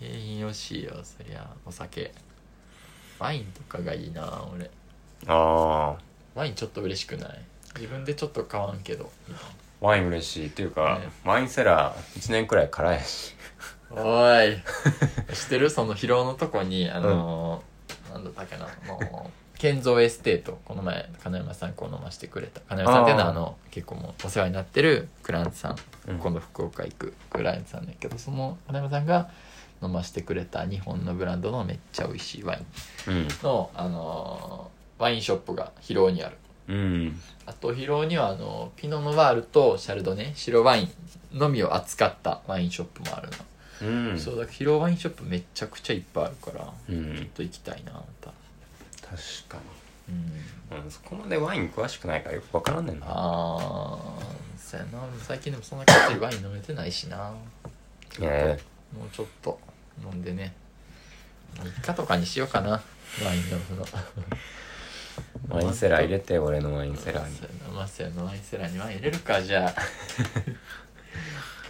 景品欲しいよそりゃお酒ワインとかがいいな俺
あー
ワインちょっと嬉しくない自分でちょっと買わんけどみたいな
ワイン嬉しいっていうか、
ね
ワインセラー1年くらい空やし
おーい 知ってるその疲労のとこにあのーなんだったっけなもう建造エステートこの前金山さんこう飲ましてくれた金山さんっていうのは
あ
あ
ー
の結構もうお世話になってるクライアントさん、
うん
今度福岡行くクライアントさんだけどその金山さんが飲ましてくれた日本のブランドのめっちゃ美味しいワイン
うん
の、あのーワインショップが広尾にある
うん
あと広尾にはあのピノノワールとシャルドネ白ワインのみを扱ったワインショップもあるの
うん
そうだから広尾ワインショップめちゃくちゃいっぱいあるから、
うん
ちょっと行きたいなまた
確か
うん
に、うん、そこまでワイン詳しくないからよくわからんねんな
あーそやな最近でもそんなきっついワイン飲めてないしな
え
もうちょっと飲んでね3日とかにしようかなワイン飲むの
えワインセラー入れて俺のワインセラーに
そうやなまあそうやなワインセラーにワイン入れるかじゃあ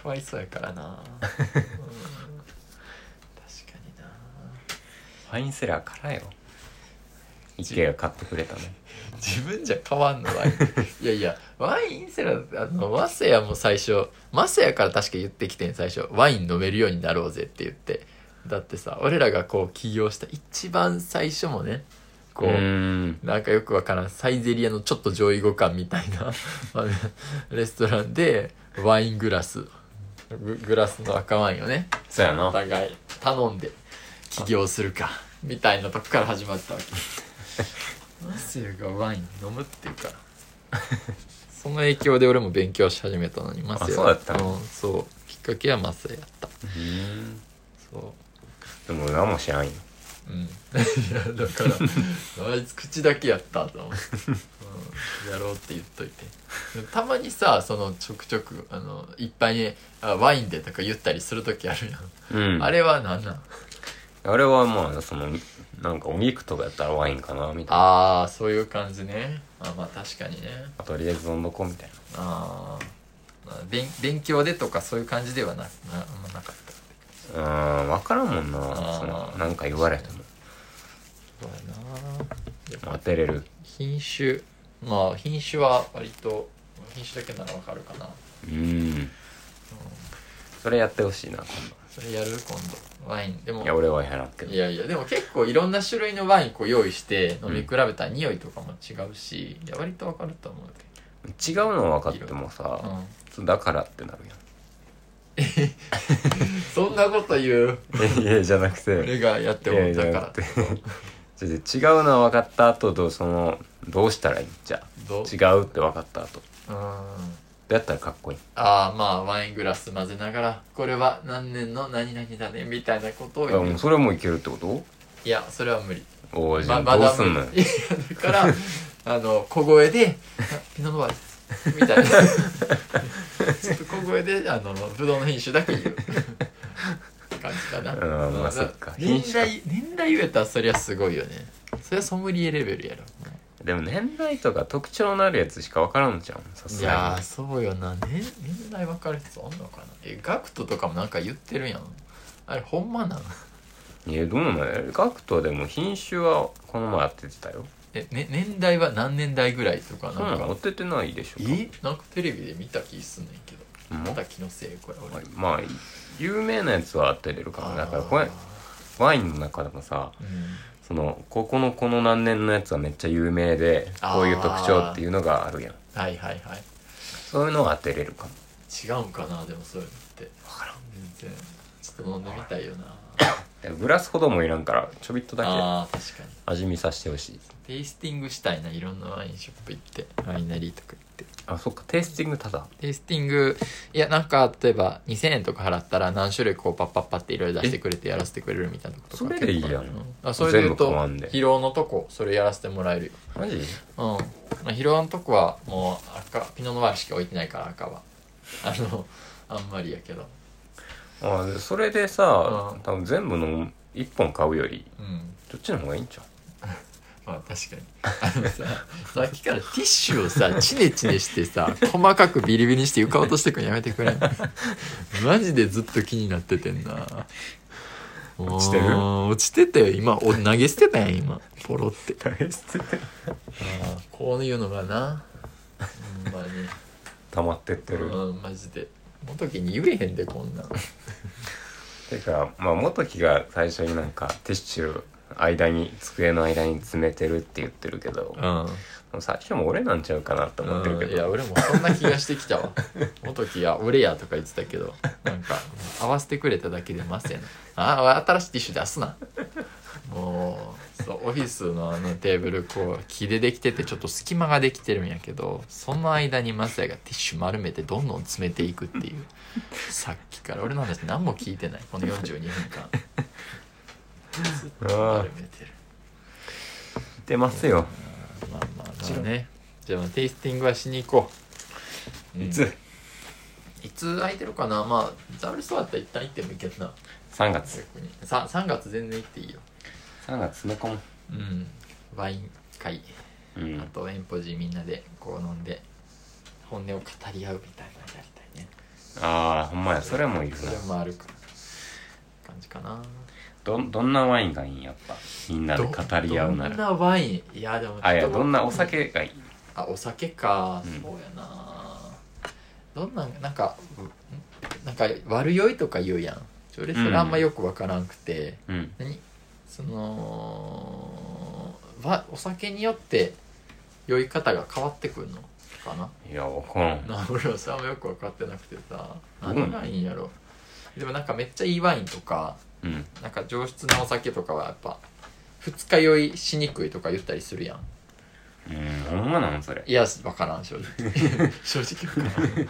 かわいそうやからなうん確かにな
ワインセラーからよ池が買ってくれたね
自分じゃ変わんのワインいやいやワインセラーあのマセヤも最初マセヤから確か言ってきてん最初ワイン飲めるようになろうぜって言ってだってさ俺らがこう起業した一番最初もねこう、
ん
なんかよくわからんサイゼリアのちょっと上位互換みたいな あのレストランでワイングラスググラスの赤ワインをね
そうや
お
な
互い頼んで起業するかみたいなとこから始まったわけマセルがワイン飲むっていうからその影響で俺も勉強し始めたのにマセル
そうだったの
うん、そうきっかけはマセルやった
うん
そう
でも何も知らんよ
うん いやだからあいつ口だけやったと思って、うん、やろうって言っといてでもたまにさそのちょくちょくあのいっぱいにあワインでとか言ったりする時あるやん、
うん
あれは何なん
あれはまあそのなんかお肉とかやったらワインかなみたいな
ああそういう感じねあまあ確かにね
あとりあえず飲んどこうみたいな
あー、まあ勉勉強でとかそういう感じではななあんまなかった
うん分からんもん
あ
な
ー
そのなんか言われても
そうやな
当てれる
品種まあ品種は割と品種だけならわかるかな、うん
うんそれやってほしいな今
それやる今度ワインで
度
も
いや俺はやらんけど
いやいやでも結構いろんな種類のワインこう用意して飲み比べたら匂いとかも違うし、いや割とわかると思うけ
違うの分かっても
ど、う
さ
ん、
そうだからってなる
そんなこと言う
やん いやじゃなくて
俺がやって思ったから
いやいやだちょっと違うのは分かった後とそのどうしたらいいんじゃ
どう
違うって分かった後ど
うん
うやったらかっこいい
ああまあワイングラス混ぜながらこれは何年の何々だねみたいなことを
いや
言
も
う
うそれもいけるってこと
いやそれは無理
おーじゃ
ま
あどう
だ
すんのよ
無理いやだからあの小声であ「ピノノワールみたいなちょっと小声であのブドウの品種だけ言う感じかな、
うんまあ
だ
そっか
年
品
代年代言えたらそりゃすごいよねそりゃソムリエレベルやろ
でも年代とか特徴のあるやつしか分からんのじゃんさ
い
す
や
が
ーそうよな年年代分かる人あんのかなえガクトとかもなんか言ってるやんあれほんまなん
にいやどうなのガクトでも品種はこの前当ててたよ
え、ね、年代は何年代ぐらいとか
そう
な
なんの
か
当ててないでしょ
えなんかテレビで見た気すんねんけど
ほんま
また気のせいこれ俺
まあ有名なやつは当てれるからだからこれワインの中でもさ
うん
そのここのこの何年のやつはめっちゃ有名で
あー
こういう特徴っていうのがあるやん
はいはいはい
そういうのが当てれるかも
違うんかなでもそういうのって分からん全然ちょっと飲んでみたいよな
でグラスほどもいらんからちょびっとだ
あー確かに
け味見させてほしい
テイスティングしたいないろんなワインショップ行ってワイナリーとか行って
あそっかテイスティングただ
テイスティングいやなんか例えば2000円とか払ったら何種類こうパッパッパっていろいろ出してくれてやらせてくれるみたいなとことか
それでいいやん
結構あるのあそれで言う
全部
と
変わんで
疲労のとこそれやらせてもらえるよ
マジ
うんまあ疲労のとこはもう赤ピノノワールしか置いてないから赤はあのあんまりやけど
あでそれでさ、
うん
多分全部の1本買うより
うん
どっちの方がいいんちゃ
まあ確かにあの ささっきからティッシュをさチネチネしてさ細かくビリビリにして床落としてくのやめてくれん マジでずっと気になっててんな 落
ちてる
落ちてたよ今お投げ捨てたやん今ポロって
う大して
こういうのがなほんまに
溜まってってる、
うんマジで元気に言えへんでこんなん
てかまあ元木が最初になんかティッシュ間に机の間に詰めてるって言ってるけど、
うん
最初も俺なんちゃうかなって思ってるけ
うんいや
ど、
俺もそんな気がしてきた わ元木や俺やとか言ってたけどなんか合わせてくれただけでマスやなあ新しいティッシュ出すなもうそうオフィスのあのテーブルこう木でできててちょっと隙間ができてるんやけどその間にマスヤがティッシュ丸めてどんどん詰めていくっていうさっきから俺の話何も聞いてないこの42分間ずっと丸めてる
出ますよ、
まあまあまあねじゃあテイスティングはしに行こう、うん
いつ
いつ空いてるかなまあダブルストアだったら一旦行ってもいいけどな
3月
逆に 3, 3月全然行っていいよ
3月詰め込む
うんワイン会
うん
あとエンポジみんなでこう飲んで本音を語り合うみたいなのやりたいね
ああほんまやそれもいいな
それもあるから感じかな
どどんなワインがいいんやっぱみんなで語り合うな
ど
ら
んなワインいやでも
あいやどんなお酒がいい
あお酒か、
うん
そうやなどんなんなんかんなんか悪酔いとか言うやんそれそれあんまよくわからんくて、
うん
何そのわお酒によって酔い方が変わってくるのかない
やわからん
な俺はそれもよく分かってなくてさ
うん
何がいいんやろ、でもなんかめっちゃいいワインとか
うん
なんか上質なお酒とかはやっぱ二日酔いしにくいとか言ったりするやん
うんほんまなのそれ
いや分からん正 直 正直分からん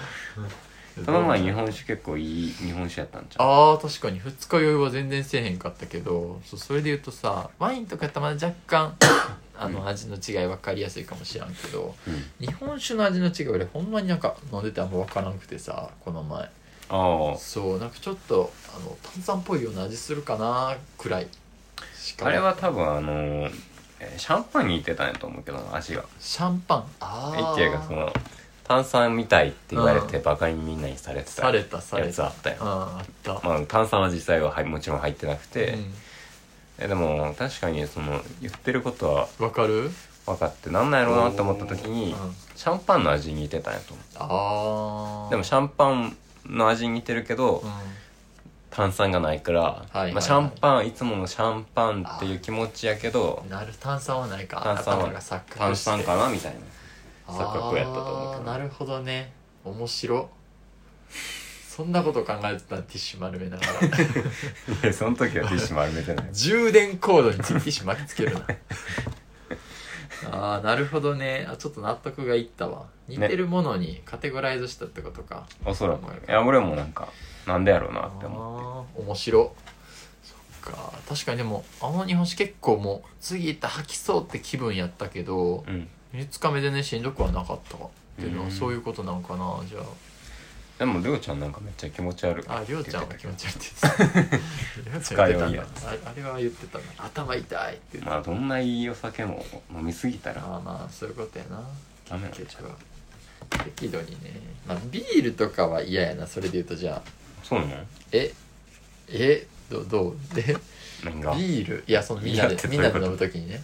その前日本酒結構いい日本酒やったんちゃう
あー確かに二日酔いは全然せえへんかったけどそうそれで言うとさワインとかやったらまだ若 干あの味の違い分かりやすいかもしらんけど
うん
日本酒の味の違い俺ほんまになんか飲んでてあんま分からんくてさこの前
あ
そうなんかちょっとあの炭酸っぽいような味するかなくらいし
ああれは多分あのーえーシャンパンにいってたんやと思うけどな味が
シャンパンああ
一イがその炭酸みたいって言われてバカにみんなにされてた
され
や
たされ
つあ
た
ったよ
ああった、
まあ炭酸は実際ははいもちろん入ってなくて
うん
えでも確かにその言ってることは
わかる
分かってなんなんやろうなって思った時に
うん
シャンパンの味に似てたんやと思
ああ
うでもシャンパンの味に似てるけど、
う
炭酸がないから、
いはいはい
まあ、シャンパンいつものシャンパンっていう気持ちやけど
んなる炭酸はないか
炭酸
頭
は
が錯覚して
炭酸かなみたいな錯覚やったと思うけ
あー
ど
なるほどね面白そんなこと考えてたティッシュ丸めな がら
いやその時はティッシュ丸めてない
充電コードにティッシュ巻きつけるなあーなるほどねあちょっと納得がいったわ似てるものにカテゴライズしたってことか、
おそらくいや俺もなんかなんでやろうなって思
あー面白そっか確かにでもあの日本酒結構もう次行ったら吐きそうって気分やったけど
ううん
2日目でねしんどくはなかったわっていうの
う
は
ん
そういうことなのかなじゃ
でもりょうちゃんなんかめっちゃ気持ち悪い
あありょうちゃんは
って
気
言っ
持
て
ち悪いです
使いはいい
りょ
や
うちゃん言ってたん だああれは言ってたな頭痛いっ
たけ
て言
ど
って
まあどんないいお酒も飲みすぎたら
まあまあそういうことやな
ダメなんじ
結
ゃ
構
う
適度にね、まあ、ビールとかは嫌やなそれで言うとじゃあ
そうなの
ええどどうで
何が
ビールいやそのみんな
ビールって
で
どうい
みん
うこと
なで飲むときにね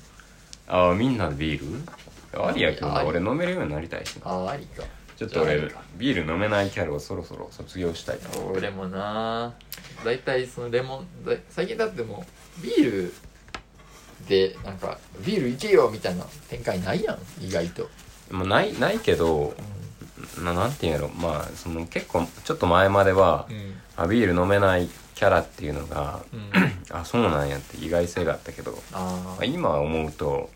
ああみんなでビールありやけど
あり
俺飲めるようになりたいしな
ああありか
ちょっと
じゃああ
俺
りか
ビール飲めないキャラをそろそろ卒業したいな
俺もな大体そのレモンだい最近だってもうビールでなんかビールいけよみたいな展開ないやん意外と、
もうないないけどななんていうんやろまあその結構ちょっと前までは、
ん
あビール飲めないキャラっていうのが
うん、
あそうなんやって意外性があったけど、ま
あ
あ、
あ、うん
今思うと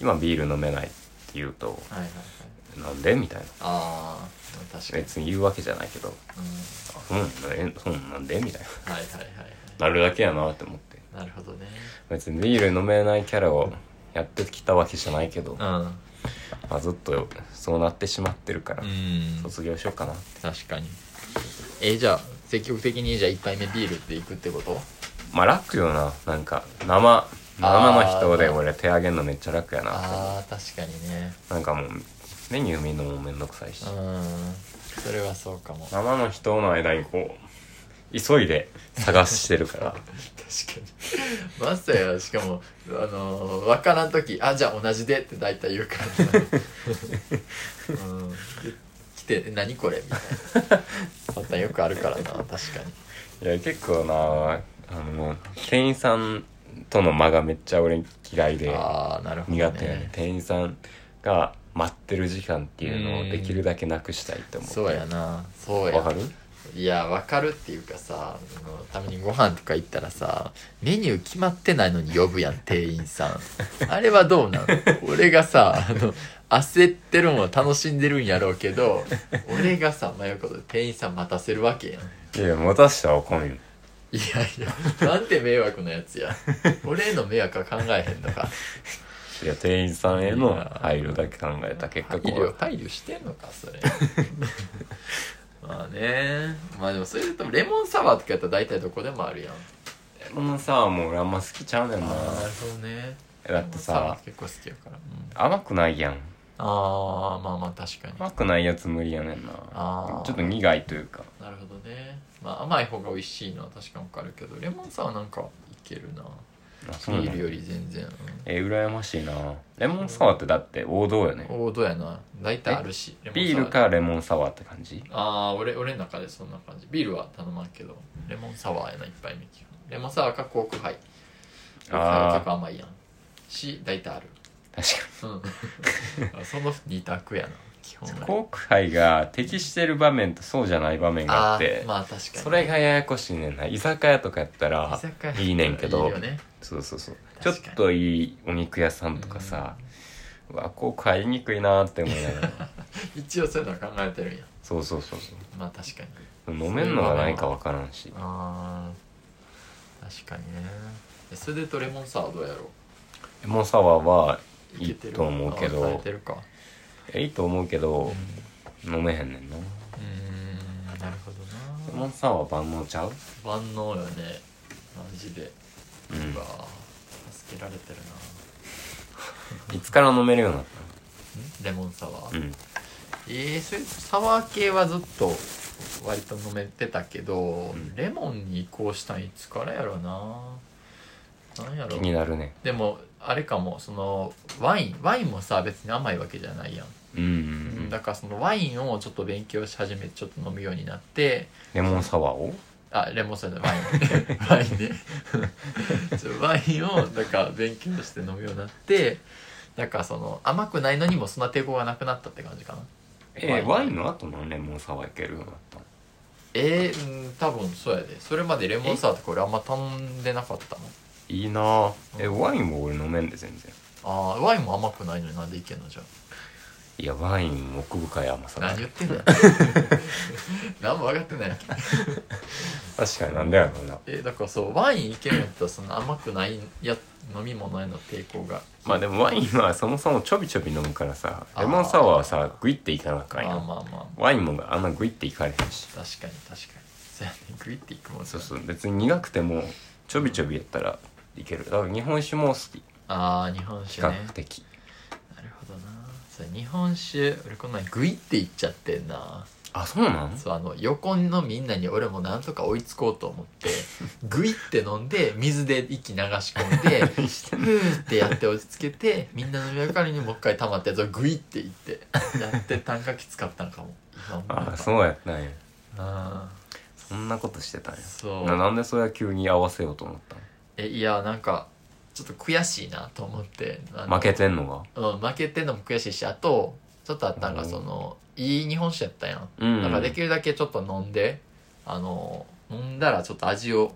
今ビール飲めないって言うと
はいはいはい
なんでみたいな
ああ確かに、
別に言うわけじゃないけど
うん、
あそうなんだえそうなんでみたい
はいはいはいはい
ななるだけやなって思って
なるほどね
別にビール飲めないキャラをやってきたわけじゃないけど、
うん
まあ、ずっとそうなってしまってるから、
うん
卒業しようかな
確かにえじゃあ積極的にじゃあ1杯目ビールっていくってこと
まあ楽よななんか生生の人で俺手上げんのめっちゃ楽やな
ああ確かにね
なんかもうメニュー見るのもめんどくさいし
うんそれはそうかも確か
生の人の間にこう急いで探してるから
にマサヤしかもあのー、分からん時「あじゃあ同じで」って大体言うから、うん、来て「え何これ」みたいなパターンよくあるからな確かに
いや結構なあの店員さんとの間がめっちゃ俺嫌いで
ああなるほど、ね、
苦手やね店員さんが待ってる時間っていうのをできるだけなくしたいと思う
そうやなそう
わ
や
かる
いやわかるっていうかさあのたまにご飯とか行ったらさメニュー決まってないのに呼ぶやん店員さんあれはどうなの俺がさあの焦ってるもん楽しんでるんやろうけど俺がさ迷うことで店員さん待たせるわけやん
いや持たしたら怒んよ
いやいやなんて迷惑なやつや俺への迷惑は考えへんのか
いや店員さんへの配慮だけ考えた結果こ
配慮
う
配慮してんのかそれまあねまあでもそれでとレモンサワーとかやったら大体どこでもあるやん
このさもう俺あんま好きちゃうねんな
あなるほどね
だってさ
結構好きやから、
甘くないやん
ああまあまあ確かに
甘くないやつ無理やねんな
あー
ちょっと苦いというか
なるほどねまあ甘い方が美味しいのは確かに分かるけどレモンサワーなんかいけるな
あそうな
ビ
の
ールより全然、
えー、羨ましいなレモンサワーってだって王道よね
うん王道やな大体あるしレモンサワ
ビールかレモンサワーって感じ
ああ俺俺の中でそんな感じビールは頼まんけどレモンサワーやな一杯目基本レモンサワーかコークハイコークハイは
あ
結構甘いやんし大体ある
ー確か
うん その二択やな基本
に
は
航空杯が適してる場面とそうじゃない場面があ
あ
って
ーまあ確かに
それがややこしいねんな居酒屋とかやったら
居酒屋
いいねんけど
いいよね
そうそうそうちょっ
確かに
といいお肉屋さんとかさうわ航空杯言いにくいなーって思いなが ら
一応そういうのは考えてるんや
そうそうそうそ
まあ確かに
う飲めんのがないかわからんし
あ確かにねそれでとレモンサワーどうやろ
レモンサワーは
う
いいと思うけ
あ抑え
ど
てるか
いいと思うけど飲めへんねんな
うんなるほ
レ
どな
モンサワー万能ちゃう
万能よねマジで
う
うんわ助けられてるない
つから飲めるようになっ
レモンサワ
た
ー、
のうん
えー、それサワー系はずっと割と飲めてたけど、
ん
レモンに移行したんいつからやろななんやろ
気になるね
でもあれかもそのワインワインもさ別に甘いわけじゃないやん、
うんうんうん
だからそのワインをちょっと勉強し始めてちょっと飲むようになって
レモンサワーを
あレモンサワーじゃない ワインワインねちょワインをだから勉強して飲むようになってだからその甘くないのにもそんな抵抗がなくなったって感じかな
えーワインの後のレモンサワーいけるようになったの
えー、うん多分そうやでそれまでレモンサワーってこれあんま頼んでなかったの
いいなぁえ
うん
ワインも俺飲めんで全然
あーワインも甘くないのになんでいけんのじゃあ
いやワイン奥深い甘さがあ
何
る
言ってんの何も分かってないわけ
確かになんだよこんな
えだからそうワインいけるんやったらその甘くないや飲み物への抵抗が
まあでもワインはそもそもちょびちょび飲むからさ
あー
レモンサワーはさグイっていかなあか
ま
ん
あまあ
よ
まあまあ
ワインもあんなグイっていかれへんし
確かに確かにそうやねグイっていくもん
そうそうう別に苦くてもちょびちょびやったらいけるだから日本酒も好き
ああ日本
比
酒ね
較的
なるほどなそう日本酒俺この前グイっていっちゃってんな
あそうなん
そうあの横のみんなに俺もなんとか追いつこうと 思ってグイって飲んで水で息流し込 んで
何してん
ふーってやって落ち着けてみんな飲み上がりにもう一回溜まったやつをグイって いってやって炭化器使ったんかも今思えば
あそうやったんや
あ
そんなことしてたん
ー
や
そう
ななんでそれは急に合わせようと思った
えいやなんかちょっと悔しいなと思ってあ
の
の
負けてんのが
うん、負けてんのも悔しいしあとちょっとあったんが
うん
そのいい日本酒やったやん、
うん
だからできるだけちょっと飲んであの飲んだらちょっと味を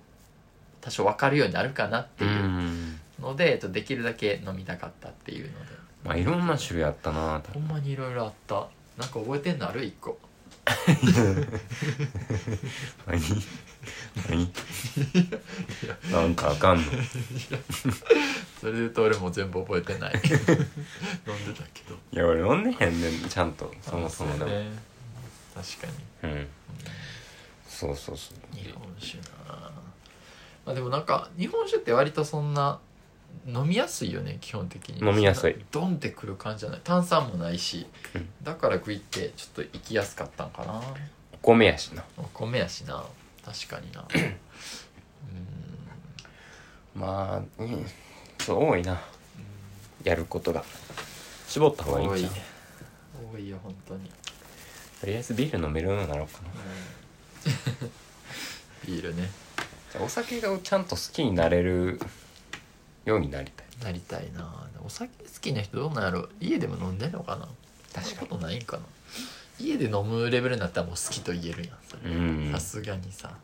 多少分かるようになるかなって
う
いうんので、えっとできるだけ飲みたかったっていうので
まあいろんな種類あったな
ほんまにいろいろあったなんか覚えてんのある一個
何何 なんかあかんの
それで言うと俺も全部覚 えてない飲んでたけど
いや俺飲んでへんねんちゃんとそもそもで
あ
も
うね確かに
うんそうそうそう
日本酒なまあでもなんか日本酒って割とそんな飲みやすいよね基本的に
飲みやすい
そんなドンってくる感じじゃない炭酸もないし、
うん
だから食いってちょっと行きやすかったんかな
お米やしな
お米やしな確かになう
まあうんそう多いなやることが絞った方がい
ん
い
多
ん
い
ち
ね
ゃう
多いよ本当に、
とりあえずビール飲めるようになろうかな
うん ビールね
じゃあお酒がちゃんと好きになれるようになりたい
なりたいなお酒好きな人どうなんやろ家でも飲んでんのかな確かことないんかな家で飲むレベルになったらもう好きと言えるやんそれ
うん
さすがにさ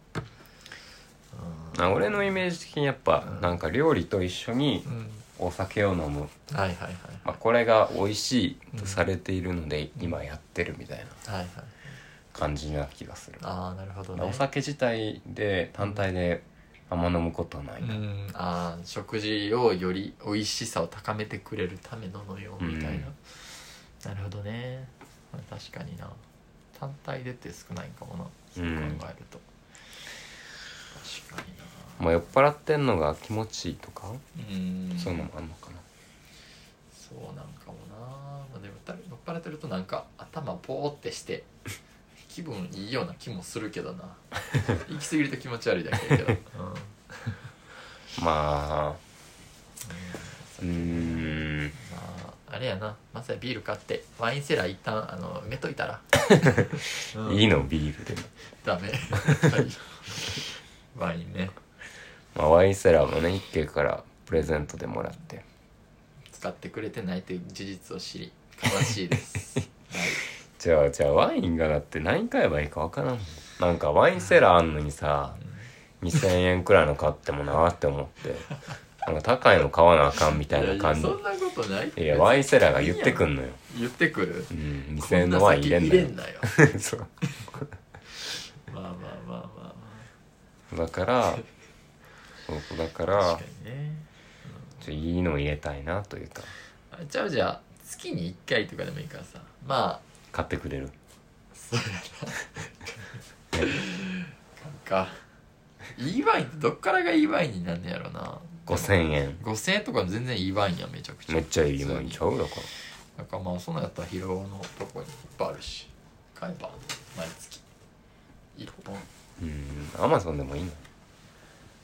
まあ俺のイメージ的にやっぱなんか料理と一緒に
うん
お酒を飲む、
はいはいはい
まあ、これが美味しいとされているので今やってるみたいな
はいはい
感じな気がする
ああなるほどね
お酒自体で単体であんま飲むことはないうな、
んあー食事をより美味しさを高めてくれるための飲ようみたいな、
うん
なるほどね、まあ確かにな単体でって少ないんかもな
う
そう考え
ん
ると、確かにな
まあ、酔っ払ってんのが気持ちいいとか、
うん
そういうのもあんのかな
そうなんかもな、まあ、でも多分酔っ払ってるとなんか頭ポーってして 気分いいような気もするけどな 行き過ぎると気持ち悪いだけやけど、うん、
まあうーん
まああれやなまさやビール買ってワインセラー一旦あの埋めとい たら、うん
いいのビールで、
ダメワインね
まあ、ワインセラーもね一軒からプレゼントでもらって
使ってくれてないという事実を知り悲しいで すはい
じゃあじゃあワインがだって何買えばいいかわからんなんかワインセラーあんのにさ2000円くらいの買ってもなーって思ってなんか高いの買わなあかんみたいな感じ
やいやそんなことないって
いやワインセラーが言ってくんのよ、
言ってくる
うん、2000円のワイン入れんなよ
こな先
そう
まあまあまあまあま
だからそうだか
あ
ら
確かにね
ちょいいの入れたいなというか
あじゃあじゃあ月に1回とかでもいいからさまあ
買ってくれる
そうやななんかいいワインってどっからがいいワインになんねやろな
5000円
5000円とか全然いいワインやんめちゃくちゃ
めっちゃいいのに
普
ち
通
ゃうだか
なんかまあそんなんやったら疲労のとこにいっぱいあるし買えば毎月1本
らうんアマゾンでもいいの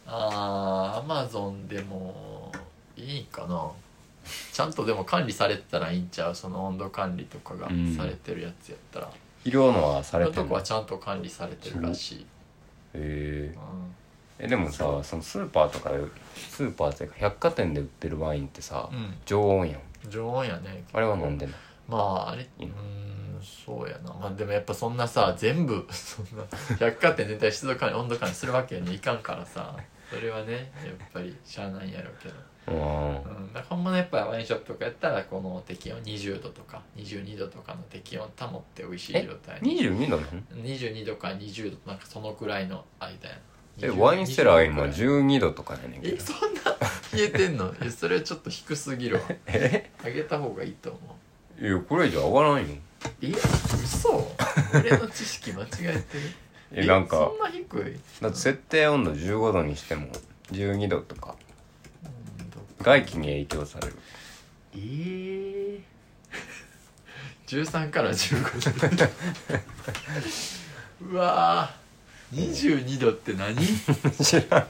あーアマゾンでもいいかなちゃんとでも管理されてたらいいんちゃうその温度管理とかが
うん
されてるやつやったら、
色のはさ
そ
れ
の
て
と
る
こ
の
は
へ
ちゃんと管理されてるらしい、
え
うん
えでもさそのスーパーとかでスーパーっていうか百貨店で売ってるワインってさ、
うん
常温やん
常温やね
あれは飲んでない
まああれう
いい
ーん
の
そうやなまあでもやっぱそんなさ全部そんな百貨店全体湿度管理温度管理するわけにはいかんからさそれはねやっぱりしゃあないんやろうけど
うん
うん、だからほんまのやっぱワインショップとかやったらこの適温20度とか22度とかの適温を保って美味しい状態に
22度なの
22度から20度なんかそのくらいの間や
えワインセラー今
今
12度とかやねんけ
え
ど
そんな冷えてんのえそれはちょっと低すぎるわ
え
上げた方がいいと思う
いやこれじゃ上がらんよ
え嘘俺の知識間違えてる
えなんか
そんな低い、うん、
だって設定温度15度にしても12度とか
ど
外気に影響さ れる
えー、13から15度うわー22度って何く
知らん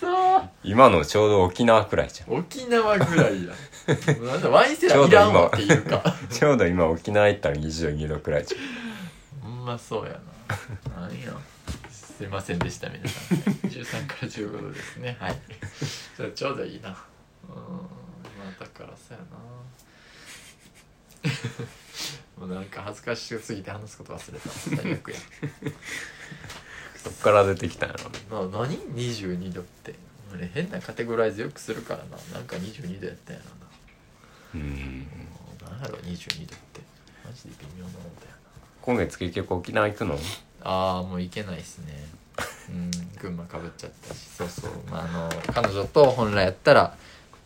そー
今のちょうど沖縄くらいじゃ
沖縄ぐらいやなんだワインセラーいらんわっていうか
んちょうど今沖縄行ったら22度くらいじゃん
ほんまそうやななんやすいませんでした皆さん13から15度ですねはいじゃあちょうどいいなうんまあだからそうやなもうなんか恥ずかしすぎて話すこと忘れた最悪や
どっから出てきたんやろ
な何22度って俺変なカテゴライズよくするからななんか22度やったんやろな
うん
もう何やろ22度ってマジで微妙なもんだよな
今月結局沖縄行くの
ああもう行けないですねうん群馬かぶっちゃったしそうそう、まあ、あの彼女と本来やったら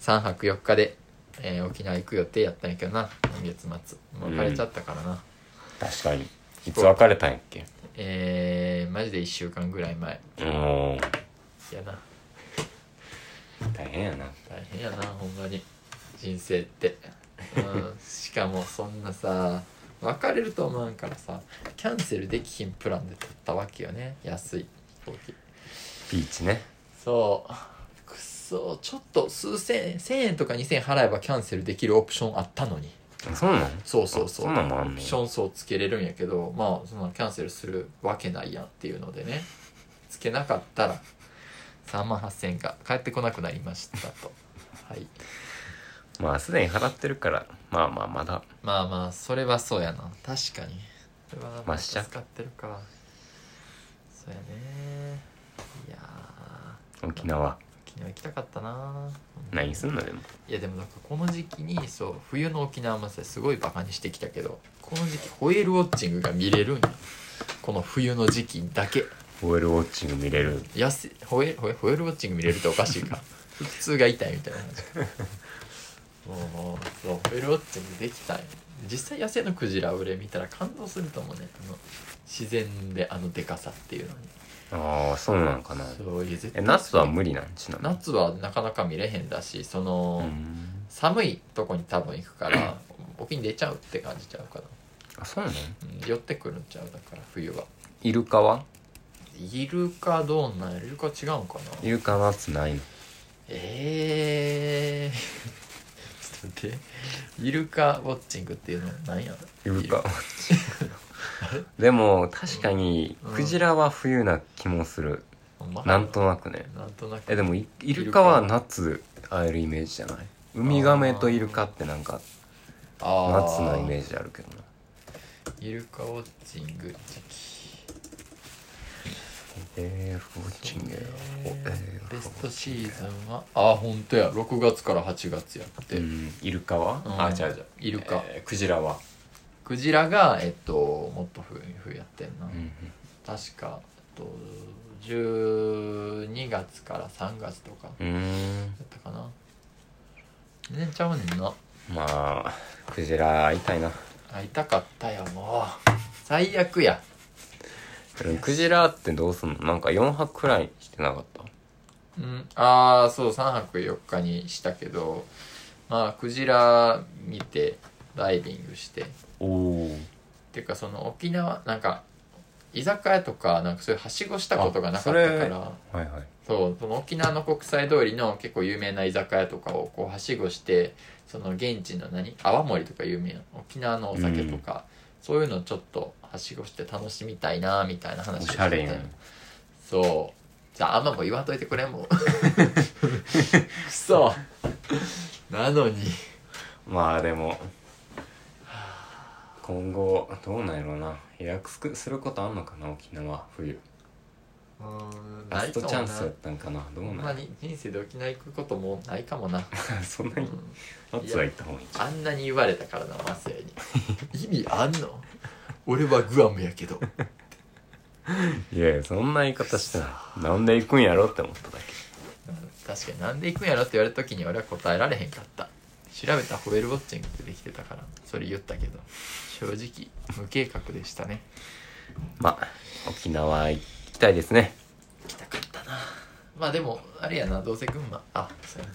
3泊4日で、えー沖縄行く予定やったんやけどな今月末もう別れちゃったからな、
確かにいつ別れたんやっけ
えー、マジで1週間ぐらい前
も
やな
う大変やな
大変やなほんまに人生って、うん、しかもそんなさ別れると思わんからさキャンセルできひんプランで取ったわけよね安い飛行機
ビーチね
そうくっそちょっと数千円1000円とか2000円払えばキャンセルできるオプションあったのに
あそうなん
そうそうそう
そんなんもあん
オ
の
プション層つけれるんやけどまあそんなキャンセルするわけないやんっていうのでねつけなかったら3万8000円が返ってこなくなりました とはい
まあすでに払ってるからまあまあまだ
まあまあそれはそうやな確かにそれは
まあしち
使
ゃ
ってるかそうやねいやー
沖縄
沖縄行きたかったな
何すんのでも
いやでもなんかこの時期にそう冬の沖縄まですごいバカにしてきたけどこの時期ホエールウォッチングが見れるんやこの冬の時期だけ
オイルウォッチング見れる
やせホエホエホエールウォッチング見れるっておかしいか普通が痛いみたいな話かもうそうホエールウォッチングできたんや実際野生のクジラ俺見たら感動すると思うねあの自然であのでかさっていうのに
ああそうなんかな
そういや絶
え
対
夏は無理なんちなみに
夏はなかなか見れへんだしその、
うん
寒いとこに多分行くから 沖に出ちゃうって感じちゃうかな、
あそうなん
うん、寄ってくるんちゃうだから冬は
イルカは
イルカどうなんやイルカ違うんか
イ
な
ルカ夏ないの
ええー、 ちょっと待ってイルカウォッチングっていうのなんや
イルカでも確かに
うん
クジラは冬な気もする
ほんま
なんとなくね
なんとなく
えでもイイルカは夏会えるイメージじゃないウミガメとイルカってなんか
あ
夏のイメ
ジ
ージあるけどな
イルカウォッチング時期
えー、ウォッチングやおえー
ベストシーズンはああほんとや6月から8月やって、
うんイルカは、
うん
あ違う違う
イルカ
えークジラは、
クジラがえっともっと冬冬やってんな、
うん
確かえっと12月から3月とかだ
うん、うん
ったかな全然ちゃうねんな
まあクジラ会いたいな
会いたかったよもう最悪や
うんクジラってどうすんのなんか4泊くらいしてなかった
うんああそう3泊4日にしたけどまあクジラ見てダイビングしてっ
おお
ていうかその沖縄なんか居酒屋とかなんかそういうはしごしたことがなかった
あそ
か
れ
ら
はいはい
そうその沖縄の国際通りの結構有名な居酒屋とかをこうはしごしてその現地の何泡盛とか有名な沖縄のお酒とか、そういうのをちょっとはしごして楽しみたいなみたいな
お
話をして
してゃれやん
そうじゃああんまもう言わんといてくれ もうくそなのに
まあでも今後どうなんやろうな予約することあんのかな沖縄冬
うん
ラストチャンス
な
だ
い
っ
か
たんかなどう
もなほん
な
ま
んや
に人生で沖縄行くこともないかもな、
そんな
う
に
ん
マッツは行った方がいいんちゃ
あんなに言われたからなマスヤに意味あんの俺はグアムやけど
ういやいやそんな言い方してないなんで行くんやろって思っただけ
確かになんで行くんやろって言われた時に俺は答えられへんかった調べたホエールウォッチングできてたからそれ言ったけど正直無計画でしたね
まあ沖縄行きたいですね
行きたかったなまあでもあれやなどうせ群馬あそうやな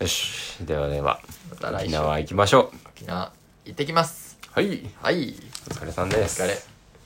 よしではでは
また来
沖
週
縄行きましょう
沖縄行ってきます
はい
はい
お疲れさんです
お疲れ